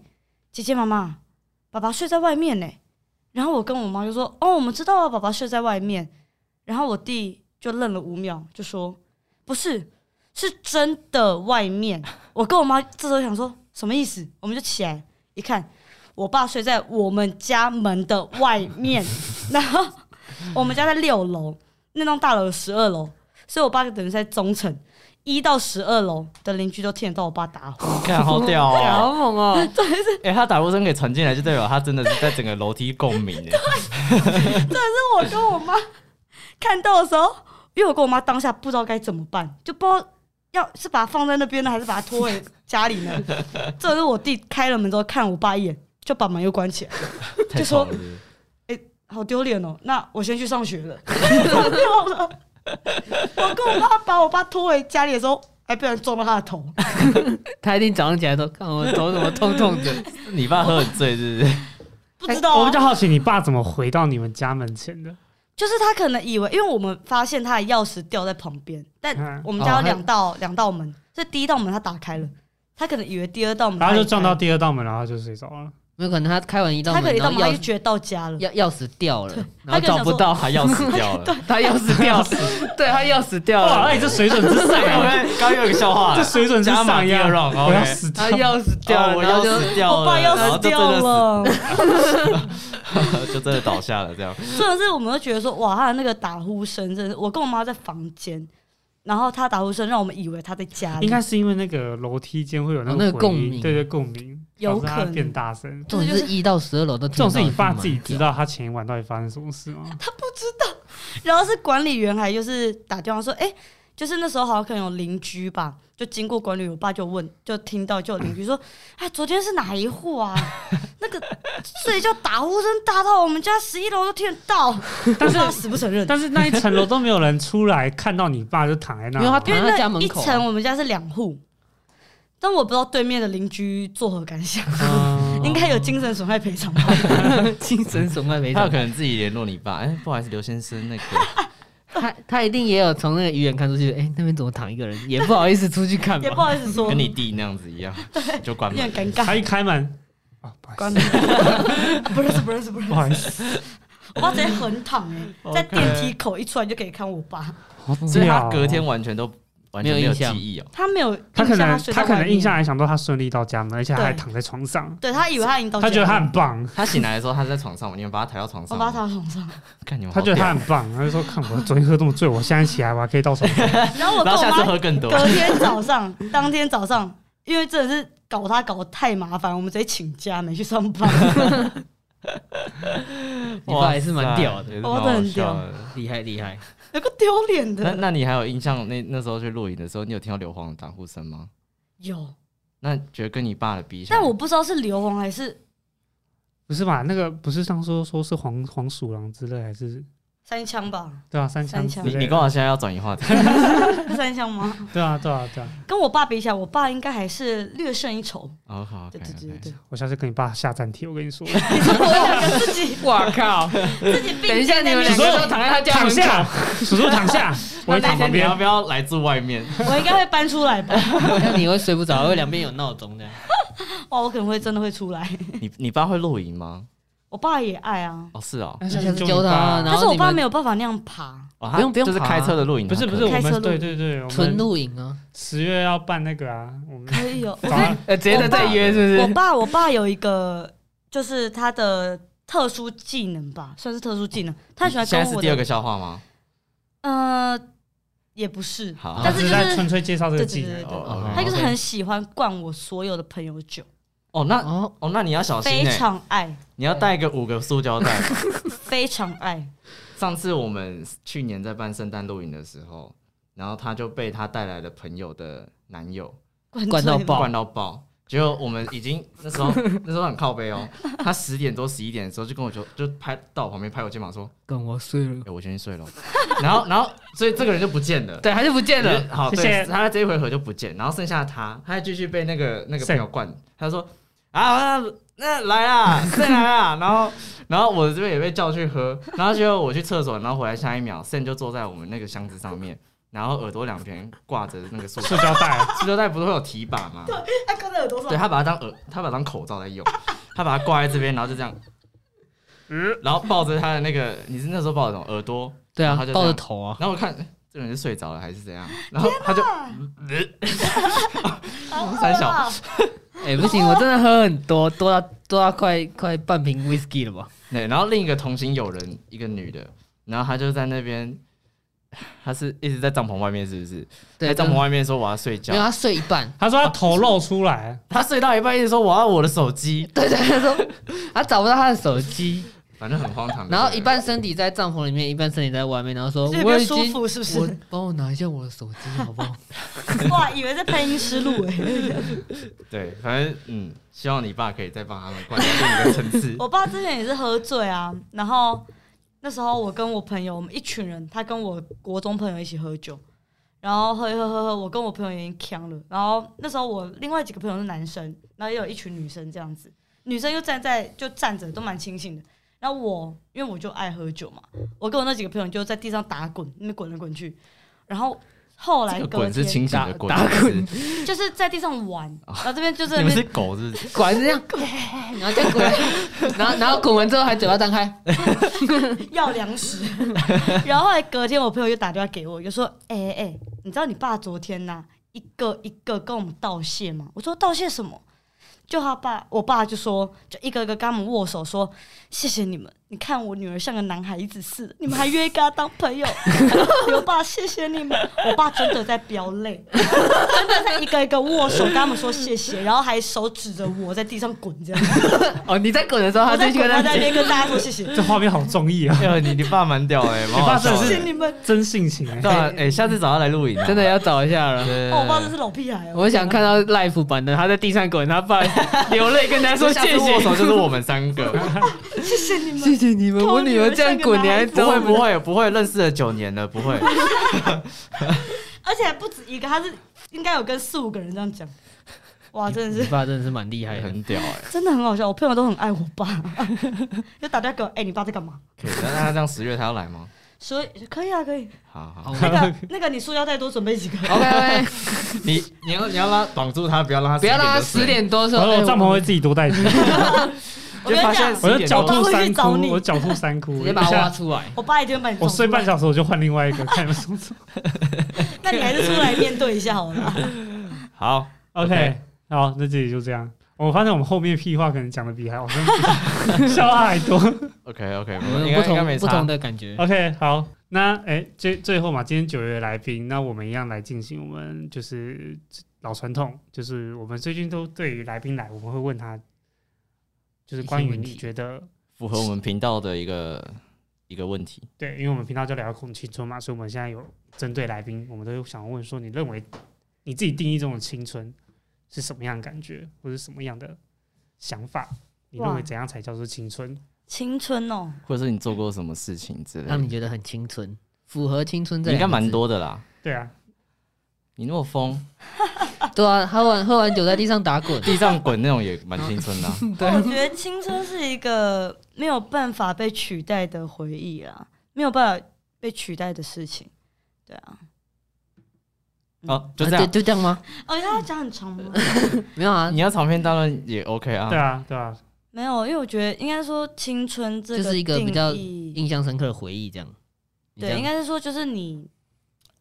Speaker 1: 姐姐妈妈，爸爸睡在外面呢。”然后我跟我妈就说：“哦，我们知道啊，爸爸睡在外面。”然后我弟就愣了五秒，就说：“不是，是真的外面。”我跟我妈这时候想说什么意思，我们就起来一看，我爸睡在我们家门的外面， *laughs* 然后我们家在六楼，那栋大楼有十二楼，所以我爸就等于在中层。一到十二楼的邻居都听得到我爸打呼，
Speaker 4: 看好屌哦！
Speaker 3: 好猛哦！
Speaker 4: *laughs* 哎，他打呼声给传进来，就代表他真的是在整个楼梯共鸣欸
Speaker 1: *laughs*
Speaker 4: 耶。
Speaker 1: 我跟我妈看到的时候，因为我跟我妈当下不知道该怎么办，就不知道要是把它放在那边呢，还是把它拖回家里
Speaker 2: *laughs*
Speaker 1: 呢？这是我弟开了门之后看我爸一眼，就把门又关起来，
Speaker 4: 太爽了是不是
Speaker 1: 好丢脸哦！那我先去上学
Speaker 2: *laughs*
Speaker 1: 了，疯掉了。我跟我妈把我爸拖回家里的时候，哎还被人撞到他的头。
Speaker 3: 他一定早上起来都看我头怎么 *laughs* 痛痛的。
Speaker 4: 你爸喝很醉是不
Speaker 1: *laughs* 不
Speaker 4: 是？
Speaker 1: 知道、
Speaker 2: 我
Speaker 1: 啊
Speaker 2: 比较，好奇你爸怎么回到你们家门前的？
Speaker 1: 就是他可能以为，因为我们发现他的钥匙掉在旁边，但
Speaker 2: 嗯
Speaker 1: 我们家有
Speaker 3: 哦
Speaker 1: 两道两、道门，这第一道门他打开了，他可能以为第二道门，
Speaker 2: 然后就撞到，第二道门，然后就睡着了。
Speaker 3: 没有可能他开完一道
Speaker 1: 他可
Speaker 3: 门，
Speaker 1: 能一道
Speaker 3: 然后
Speaker 1: 门他就
Speaker 3: 钥匙
Speaker 1: 觉得到家了，
Speaker 3: 钥钥匙掉了，然
Speaker 1: 他可能
Speaker 3: 后找
Speaker 1: 想
Speaker 3: 不
Speaker 1: 说
Speaker 3: 到，
Speaker 4: 他钥匙
Speaker 1: *laughs*
Speaker 4: 掉
Speaker 1: 啊
Speaker 4: 了。
Speaker 3: *laughs* 他钥匙掉了， *laughs* 对他钥匙
Speaker 2: *laughs*
Speaker 3: 掉
Speaker 2: 哇，哎，
Speaker 3: 了，
Speaker 2: 这水准之上
Speaker 4: 哎，我
Speaker 2: 啊，
Speaker 4: 们刚有一个
Speaker 2: *laughs*
Speaker 4: 笑话，
Speaker 2: 这水准之
Speaker 4: 加码
Speaker 2: 上
Speaker 4: 第
Speaker 2: 呀
Speaker 4: 二！round，
Speaker 2: 我要
Speaker 4: OK
Speaker 2: 死
Speaker 3: 他
Speaker 2: 掉！
Speaker 3: 钥匙掉
Speaker 4: 哦
Speaker 3: 了，
Speaker 4: 我
Speaker 3: 然
Speaker 4: 要
Speaker 3: 后就
Speaker 4: 死掉了，
Speaker 1: 我爸
Speaker 4: 然
Speaker 1: 钥
Speaker 4: 后
Speaker 1: 匙
Speaker 4: 就真
Speaker 1: 掉
Speaker 4: 的死，
Speaker 1: 了，
Speaker 4: *laughs* 就真的倒下了这
Speaker 1: *laughs*
Speaker 4: 样。
Speaker 1: 虽然是我们都觉得说，哇，他的那个打呼声，真的是，我跟我妈在房间，然后他打呼声让我们以为他在家里，
Speaker 2: *laughs* 应该是因为那个楼梯间会有
Speaker 3: 哦那
Speaker 2: 个
Speaker 3: 个
Speaker 2: 回
Speaker 3: 共
Speaker 2: 音
Speaker 3: 鸣
Speaker 2: 对对共鸣，
Speaker 1: 有
Speaker 2: 导致它
Speaker 1: 可
Speaker 2: 变
Speaker 1: 能
Speaker 2: 大声。
Speaker 3: 重点是一到十二楼都
Speaker 2: 这
Speaker 3: 听
Speaker 2: 种
Speaker 3: 不到
Speaker 2: 是你爸自己知
Speaker 3: 蛮 *laughs*
Speaker 2: 道他前一晚到底发生什么事吗？
Speaker 1: 然后是管理员还就是打电话说，哎、就是那时候好像可能有邻居吧，就经过管理员，我爸就问，就听到就有邻居说，哎，昨天是哪一户
Speaker 4: *laughs*
Speaker 1: 啊？那个睡觉打呼声大到我们家十一楼都听得
Speaker 4: *laughs*
Speaker 1: 到，但是他死不承认。
Speaker 2: 但是那一层楼都没有人出来，看到你爸就躺在那
Speaker 3: 因
Speaker 2: 嘛，
Speaker 3: 为他
Speaker 1: 因为
Speaker 3: 躺在家
Speaker 1: 那
Speaker 3: 门
Speaker 1: 一
Speaker 3: 口啊
Speaker 1: 层我们家是两户，但我不知道对面的邻居作何感想， *laughs*
Speaker 2: 嗯
Speaker 1: 应该有精神损害赔偿吧？
Speaker 3: 屌精神损害没
Speaker 4: 他有
Speaker 3: 他
Speaker 4: 可能自己联络你爸，哎，不好意思，刘先生，那个
Speaker 3: *laughs* 他他一定也有从那个鱼眼看出去，哎，那边怎么躺一个人，也不好意思出 *laughs* 去
Speaker 1: *laughs*
Speaker 3: 看
Speaker 1: 也不
Speaker 3: 吧。
Speaker 1: 好意思说，
Speaker 4: 跟你
Speaker 1: 有
Speaker 4: 弟那样子一
Speaker 1: *laughs*
Speaker 4: 样，就关门
Speaker 1: 点。尴
Speaker 2: 他
Speaker 1: 尬。
Speaker 2: 一开门啊，不好
Speaker 1: 关
Speaker 2: 意
Speaker 1: 门
Speaker 2: 思，，
Speaker 1: 不认识，不认识，不认识
Speaker 2: 不。好意思，
Speaker 1: 我爸直接横躺哎、
Speaker 4: OK
Speaker 1: 在电梯口一出来就可以看我爸，
Speaker 2: 好屌哦
Speaker 4: 所以他隔天完全都完全没
Speaker 3: 嗯啊没有
Speaker 4: 有
Speaker 3: 印
Speaker 4: 记
Speaker 3: 象
Speaker 4: 忆哦。
Speaker 1: 他没有印
Speaker 2: 他
Speaker 1: 象
Speaker 2: 可能
Speaker 1: 睡在
Speaker 2: 他可
Speaker 1: 外
Speaker 2: 能
Speaker 1: 面
Speaker 2: 印象，还想到他顺利到家门，而且他还
Speaker 1: 对
Speaker 2: 躺在床上，
Speaker 1: 对他以为他已经到家
Speaker 2: 他
Speaker 1: 了，
Speaker 2: 觉得他很棒，
Speaker 4: 他醒来的时候，他在床上，你们把他抬到床
Speaker 1: 我
Speaker 4: 上
Speaker 1: 把
Speaker 4: 吗，
Speaker 1: 他躺床上，
Speaker 4: 看你们好
Speaker 2: 他觉得
Speaker 4: 屌
Speaker 2: 他很棒，他就说看我昨天喝这么醉，我现在起来我还可以到床上，
Speaker 1: 然后我跟
Speaker 4: 然后
Speaker 1: 我
Speaker 4: 下次
Speaker 1: 妈
Speaker 4: 喝更多，
Speaker 1: 隔天早上，当天早上，因为真的是搞他搞得太麻烦，我们直接请假没去上班，
Speaker 3: *laughs*
Speaker 1: *laughs*
Speaker 3: 你爸也是蛮屌的，
Speaker 4: 的欸
Speaker 1: 我真的很屌
Speaker 3: 厉害厉害。
Speaker 1: 有个丢脸
Speaker 4: 那
Speaker 1: 的。
Speaker 4: 那你还有印象？那那时候去录影的时候，你有听到硫磺的打呼声吗？
Speaker 1: 有，
Speaker 4: 那觉得跟你爸的比起来，
Speaker 1: 但我不知道是硫磺还是
Speaker 2: 不是吧？那个不是上说说是黄黄鼠狼之类，还是
Speaker 1: 三枪吧？
Speaker 2: 对啊三
Speaker 1: 三
Speaker 2: 枪之
Speaker 1: 枪
Speaker 4: 你
Speaker 2: 类
Speaker 4: 你
Speaker 2: 的
Speaker 4: 跟我现在要转移
Speaker 3: *laughs*
Speaker 4: 话题，
Speaker 1: 是三枪吗？ *laughs*
Speaker 2: 对啊对啊对啊，
Speaker 1: 跟我爸比起来，我爸应该还是略胜一筹。
Speaker 4: 哦好，
Speaker 1: 对对对对，
Speaker 2: 我下次跟你爸下暂帖，我跟
Speaker 1: *laughs*
Speaker 2: 你说，
Speaker 1: 你说我两个自己
Speaker 3: 哇靠！
Speaker 1: 自己并肩
Speaker 3: 等一下，
Speaker 1: 在那
Speaker 3: 你们两
Speaker 1: 边
Speaker 3: 个都躺在他家
Speaker 2: 躺
Speaker 3: 门
Speaker 2: 下
Speaker 3: 口，，
Speaker 2: *laughs* 叔叔躺
Speaker 1: *laughs*
Speaker 2: 下，我会躺旁
Speaker 4: 你
Speaker 2: 边
Speaker 4: 要，哎不要来自外
Speaker 3: *laughs*
Speaker 4: 面？
Speaker 1: 我应该会搬出来吧？
Speaker 3: 那你会睡不着，因为两边有闹钟的。
Speaker 1: 哇，我可能会真的会出来。
Speaker 4: 你你爸会露营吗？
Speaker 1: 我爸也爱啊，
Speaker 4: 哦，是哦，
Speaker 2: 那
Speaker 3: 下
Speaker 2: 下
Speaker 3: 次
Speaker 2: 次
Speaker 3: 教
Speaker 2: 教
Speaker 3: 他啊
Speaker 2: 他，
Speaker 3: 然后
Speaker 1: 但是我
Speaker 3: 你
Speaker 1: 爸
Speaker 3: 们
Speaker 1: 没有办法那样爬，
Speaker 4: 哦，
Speaker 3: 不用不用
Speaker 4: 就是
Speaker 3: 爬
Speaker 4: 开车的露营，
Speaker 2: 不是
Speaker 4: 它
Speaker 2: 不
Speaker 4: 可
Speaker 2: 是，
Speaker 4: 以
Speaker 2: 我
Speaker 1: 开车
Speaker 2: 们
Speaker 1: 录
Speaker 2: 对对对，我
Speaker 3: 纯
Speaker 2: 们
Speaker 3: 露营啊，
Speaker 2: 十月要办那个啊，我们
Speaker 1: 可以哦。我
Speaker 2: 早
Speaker 1: 跟
Speaker 2: 上
Speaker 3: 呃，直接在这里约
Speaker 1: *laughs*
Speaker 3: 是
Speaker 1: 我
Speaker 3: 不是？
Speaker 1: 爸，我爸有一个，就是他的特殊技能吧，算是特殊技能。他喜欢
Speaker 4: 现
Speaker 1: 跟
Speaker 4: 在是
Speaker 1: 我
Speaker 4: 第二
Speaker 1: 的，
Speaker 4: 个笑话吗？
Speaker 1: 呃，也不是，
Speaker 4: 好，
Speaker 1: 但是就
Speaker 2: 只
Speaker 1: 是
Speaker 2: 在纯粹介绍这个
Speaker 1: 对对
Speaker 2: 技
Speaker 1: 对
Speaker 2: 能
Speaker 1: 对。
Speaker 4: 哦
Speaker 1: 他就是很喜欢灌我所有的朋友酒，
Speaker 4: 哦，那
Speaker 3: 哦，
Speaker 4: 哦，那你要小心
Speaker 1: 非
Speaker 4: 哎、
Speaker 1: 常爱，
Speaker 4: 你要带个五个塑胶袋。
Speaker 1: 非常爱。
Speaker 4: 上次我们去年在办圣诞露营的时候，然后他就被他带来的朋友的男友
Speaker 3: 灌到
Speaker 1: 醉
Speaker 3: 爆
Speaker 1: *laughs*
Speaker 4: 灌到爆。结果我们已经那时候 *laughs* 那时候很靠背哦，他十点多十一点的时候就跟我说，就拍到我旁边拍我肩膀说
Speaker 3: 跟我睡了
Speaker 4: 哎、，我先去睡了。然后，然后，所以这个人就不见了。
Speaker 3: 对，还是不见了。
Speaker 4: 好，
Speaker 2: 谢
Speaker 4: 对
Speaker 2: 谢
Speaker 4: 他这一回合就不见，然后剩下他，他还继续被那个那个朋友灌，他说啊，那那来啊，再来啊，然后然后我这边也被叫去喝，然后结果我去厕所，然后回来下一秒，Sam 就坐在我们那个箱子上面，然后耳朵两边挂着那个塑
Speaker 2: 塑
Speaker 4: 胶，
Speaker 2: 胶袋，
Speaker 1: *laughs*
Speaker 4: 塑胶袋不是会有提把吗？
Speaker 1: 哎，刚才有多少
Speaker 4: 对他把它当耳，他把它当口罩在用，他把它挂在这边，然后就这样，
Speaker 2: 嗯，
Speaker 4: 然后抱着他的那个，你是那时候抱着什么耳朵？
Speaker 3: 对啊
Speaker 4: 然后他，就这
Speaker 3: 抱
Speaker 4: 样
Speaker 3: 着头啊，
Speaker 4: 然后我看这个人是睡着了还是怎样，然后他就，
Speaker 1: 哦
Speaker 4: 嗯三小
Speaker 3: 哎，不行，我真的喝很多，多到多到快快半瓶 whisky 了吧？
Speaker 4: 对，然后另一个同行友人，一个女的，然后她就在那边，她是一直在帐篷外面，是不是？
Speaker 3: 对，
Speaker 4: 在帐
Speaker 3: 真
Speaker 4: 篷
Speaker 3: 的
Speaker 4: 外面说我要睡觉
Speaker 3: 没有，他啊睡一半，
Speaker 2: 他说他头露出来，
Speaker 4: 她睡到一半一直说我要我的手机，
Speaker 3: 对对，他说他找不到他的手机，
Speaker 4: 反正很荒唐。
Speaker 3: 然后一半身体在帐篷里面，一半身体在外面，然后说
Speaker 1: 这有没
Speaker 3: 我
Speaker 1: 有
Speaker 3: 已
Speaker 1: 舒
Speaker 3: 经，
Speaker 1: 服？是不
Speaker 3: 我
Speaker 1: 是？
Speaker 3: 帮我拿一下我的手机好不好？
Speaker 1: *laughs* 哇，以为在配音师录 *laughs* 哎。。
Speaker 4: 对，反正嗯，希望你爸可以再帮他们灌到另一个层次
Speaker 1: 我爸之前也是喝醉啊，然后那时候我跟我朋友，我们一群人，他跟我国中朋友一起喝酒，然后喝一喝喝喝，我跟我朋友已经呛了，然后那时候我另外几个朋友是男生，然后也有一群女生这样子，女生又站在就站着都蛮清醒的，然后我因为我就爱喝酒嘛，我跟我那几个朋友就在地上打滚，那边滚来滚去，然后后来
Speaker 4: 这个
Speaker 1: 隔
Speaker 4: 滚是
Speaker 1: 天
Speaker 4: 清醒的滚，
Speaker 3: 打打
Speaker 4: 是
Speaker 3: 滚
Speaker 4: 不是
Speaker 1: 就是在地上玩，然后这边就是
Speaker 4: 哦你
Speaker 1: 那
Speaker 4: 们
Speaker 1: 边
Speaker 4: 是狗是不是？
Speaker 3: 果然是这样， *laughs* 然后再滚，然后然后滚完之后还嘴巴张开，
Speaker 1: 要粮
Speaker 4: *laughs*
Speaker 1: 食。然后后来隔天，我朋友就打电话给我，就说：“哎、哎、哎，你知道你爸昨天呐、一个一个跟我们道谢吗？”我说：“道谢什么？”就他爸，我爸就说，就一个一个跟他们握手，说：“谢谢你们，你看我女儿像个男孩子似的，你们还愿意跟她当朋友。” *laughs* 我爸，谢谢你们。我爸真的在飙泪，真的在一个一个握手，跟他们说谢谢，然后还手指着我在地上滚这样。
Speaker 3: *laughs* 哦，你在滚的时候，他
Speaker 1: 我
Speaker 3: 就
Speaker 1: 在
Speaker 3: 去
Speaker 1: 滚，
Speaker 3: 跟
Speaker 1: 他
Speaker 3: 他
Speaker 1: 在那边跟大家说谢
Speaker 2: *laughs*
Speaker 1: 谢，
Speaker 2: 这画面好综
Speaker 4: *laughs*
Speaker 2: 艺啊，
Speaker 4: 哎呦，你你爸蛮屌
Speaker 3: *laughs*
Speaker 4: 哎，蛮好
Speaker 2: 你爸真
Speaker 4: 笑
Speaker 1: 谢
Speaker 2: 的是
Speaker 1: 谢
Speaker 4: 的。
Speaker 1: 你们。
Speaker 2: 真性情哎
Speaker 1: *laughs*
Speaker 4: 对，啊，哎，下次找他来录影啊，
Speaker 3: 真的要找一下了。
Speaker 4: 对。
Speaker 1: 哦，我爸这是老屁孩哦。
Speaker 3: 我想看到 live 版的，他在地上滚，他爸
Speaker 1: *laughs*
Speaker 3: 流泪跟他
Speaker 4: 说
Speaker 3: 说
Speaker 4: 下次
Speaker 3: 谢
Speaker 4: 握手
Speaker 3: 谢，
Speaker 4: 就是我们三个。
Speaker 1: 谢谢你
Speaker 3: *laughs* 谢
Speaker 1: 们。
Speaker 3: 谢你们，
Speaker 1: 看
Speaker 3: 我
Speaker 1: 我
Speaker 3: 女
Speaker 1: 女
Speaker 3: 儿
Speaker 1: 儿
Speaker 3: 这样
Speaker 1: 像个
Speaker 3: 滚，你
Speaker 1: 男
Speaker 3: 还
Speaker 1: 孩子
Speaker 4: 不
Speaker 3: 找
Speaker 4: 会
Speaker 3: 我
Speaker 4: 不会不会，认识了九年了，不会。
Speaker 1: 而且还不止一个，他是应该有跟四五个人这样讲。哇，真的
Speaker 3: 你
Speaker 1: 是
Speaker 3: 爸真的是蛮厉害的，
Speaker 4: 很屌哎、
Speaker 1: 真的很好笑，我朋友都很爱我爸， *laughs* 就打电话给我，哎、你爸在干嘛？
Speaker 4: 可以，那那他这样十月他要来吗？ *laughs*
Speaker 1: 所以可以啊，可以。
Speaker 4: 好好
Speaker 3: 好，
Speaker 1: 那
Speaker 2: *laughs*
Speaker 1: 个那个，你塑胶袋多准备几个。
Speaker 3: OK OK，
Speaker 4: 你你要你要拉绑住他，不要让他
Speaker 3: 不要让他
Speaker 4: 10
Speaker 3: 十点多说，
Speaker 2: 然后
Speaker 3: 哎
Speaker 2: 我帐篷会自己多带一些，
Speaker 1: 我跟你
Speaker 4: 就发现
Speaker 1: 讲
Speaker 4: 是，
Speaker 2: 我就狡兔三
Speaker 1: 我爸会去找
Speaker 2: 窟，
Speaker 1: 你
Speaker 2: 我狡兔三窟，
Speaker 3: 直接
Speaker 2: 一
Speaker 3: 把他挖
Speaker 2: 下
Speaker 3: 出来。
Speaker 1: 我爸一定会把你
Speaker 2: *laughs* 我睡半
Speaker 1: 时，
Speaker 2: 小时我就换另外一
Speaker 3: *laughs*
Speaker 2: 个，看你们怎么做。
Speaker 1: 那你还是出来面对一下好了。
Speaker 2: *laughs*
Speaker 4: 点好
Speaker 2: OK，好，那这里就这样。我发现我们后面屁话可能讲的比还好 *laughs* 像笑话还多。
Speaker 4: OK OK，
Speaker 3: 我们
Speaker 4: 应
Speaker 3: 有
Speaker 4: 该
Speaker 3: 不
Speaker 4: 应该没
Speaker 3: 同不
Speaker 4: 差
Speaker 3: 同。的感觉，
Speaker 2: OK，好，那哎、最最后嘛，今天九月来宾，那我们一样来进行我们就是老传统，就是我们最近都对于来宾来，我们会问他，就是关
Speaker 3: 一些
Speaker 2: 于
Speaker 3: 问
Speaker 2: 你
Speaker 3: 题
Speaker 2: 觉得
Speaker 4: 符合我们频道的一个一个问题。
Speaker 2: 对，因为我们频道就聊空青春嘛，所以我们现在有针对来宾，我们都想问说，你认为你自己定义这种青春是什么样的感觉，或者什么样的想法？你认
Speaker 1: 哇
Speaker 2: 为怎样才叫做青春？
Speaker 1: 青春哦，
Speaker 4: 或者是你做过什么事情之类的
Speaker 3: 让，你觉得很青春，符合青春这
Speaker 4: 你应该
Speaker 3: 两个字
Speaker 4: 蛮。多的啦。
Speaker 2: 对啊，
Speaker 4: 你那么疯，
Speaker 3: 对啊，喝完喝完酒在地上打 *laughs* 滚，
Speaker 4: 地上滚那种也蛮青春的啊、
Speaker 1: 我觉得青春是一个没有办法被取代的回忆啦，没有办法被取代的事情。对啊，
Speaker 4: 哦，就这
Speaker 3: 啊就
Speaker 4: 样。
Speaker 3: 就这样吗？
Speaker 1: 哦，要讲很长吗？
Speaker 3: 没有啊
Speaker 4: 你，要长篇大论也 OK 啊。
Speaker 2: 对啊，对啊，
Speaker 1: 没有，因为我觉得应该说青春这
Speaker 3: 就是一个
Speaker 1: 定
Speaker 3: 比较
Speaker 1: 义
Speaker 3: 印象深刻的回忆这样。你这
Speaker 1: 对，
Speaker 3: 样
Speaker 1: 应该是说就是你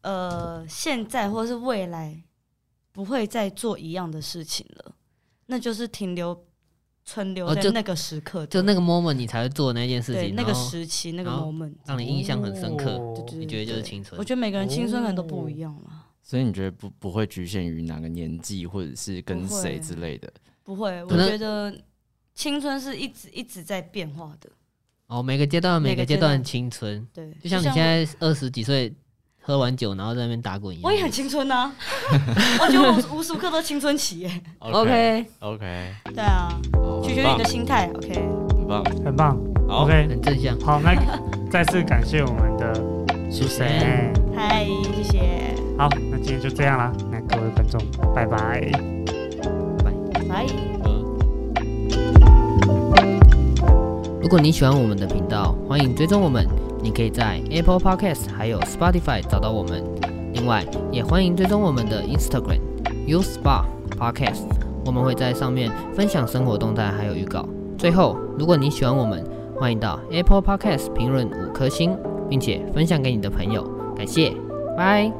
Speaker 1: 呃现在或者是未来不会再做一样的事情了，那就是停留存留
Speaker 3: 哦
Speaker 1: 在
Speaker 3: 就
Speaker 1: 那个时刻的，
Speaker 3: 就那个 moment 你才会做那件事
Speaker 1: 对
Speaker 3: 情，哦
Speaker 1: 那个
Speaker 3: 然后
Speaker 1: 时期那个
Speaker 3: 然后
Speaker 1: moment，
Speaker 3: 让你印象很深刻，
Speaker 2: 哦
Speaker 1: 对对
Speaker 3: 你觉得就是
Speaker 1: 对
Speaker 3: 青春
Speaker 1: 我觉得每个人青春可能都
Speaker 3: 哦
Speaker 1: 不一样了，
Speaker 5: 所以你觉得不不会局限于哪个年纪，或者是跟
Speaker 1: 不会
Speaker 5: 谁之类的？
Speaker 1: 不会，我
Speaker 3: 可能
Speaker 1: 觉得青春是一直一直在变化的，
Speaker 3: 哦，每个阶段有每
Speaker 1: 每
Speaker 3: 个
Speaker 1: 个
Speaker 3: 阶
Speaker 1: 阶
Speaker 3: 段
Speaker 1: 段
Speaker 3: 的青春，
Speaker 1: 对，
Speaker 3: 就像你现在二十几岁喝完酒然后在那边打滚一样。
Speaker 1: 我也很青春
Speaker 3: *laughs*
Speaker 1: 呐、我觉得我无无时无刻都青春期耶，
Speaker 3: OK，
Speaker 5: OK，
Speaker 1: 对啊，
Speaker 5: 好
Speaker 1: 取
Speaker 5: 很
Speaker 1: 决于
Speaker 5: 棒
Speaker 1: 你的，心态，OK，
Speaker 5: 很棒。
Speaker 2: 很棒。
Speaker 5: 好
Speaker 2: OK，
Speaker 3: 很正向。
Speaker 2: 好，那再次感谢我们的苏神。
Speaker 1: 嗨，谢谢，
Speaker 2: 哎好，那今天就这样啦，那各位观众，拜拜。
Speaker 1: 拜。
Speaker 4: 嗯
Speaker 3: 如果你喜欢我们的频道，欢迎追踪我们。你可以在 Apple Podcast 还有 Spotify 找到我们。另外，也欢迎追踪我们的 Instagram U Spa Podcast，我们会在上面分享生活动态还有预告。最后，如果你喜欢我们，欢迎到 Apple Podcast 评论五颗星，并且分享给你的朋友。感谢，拜。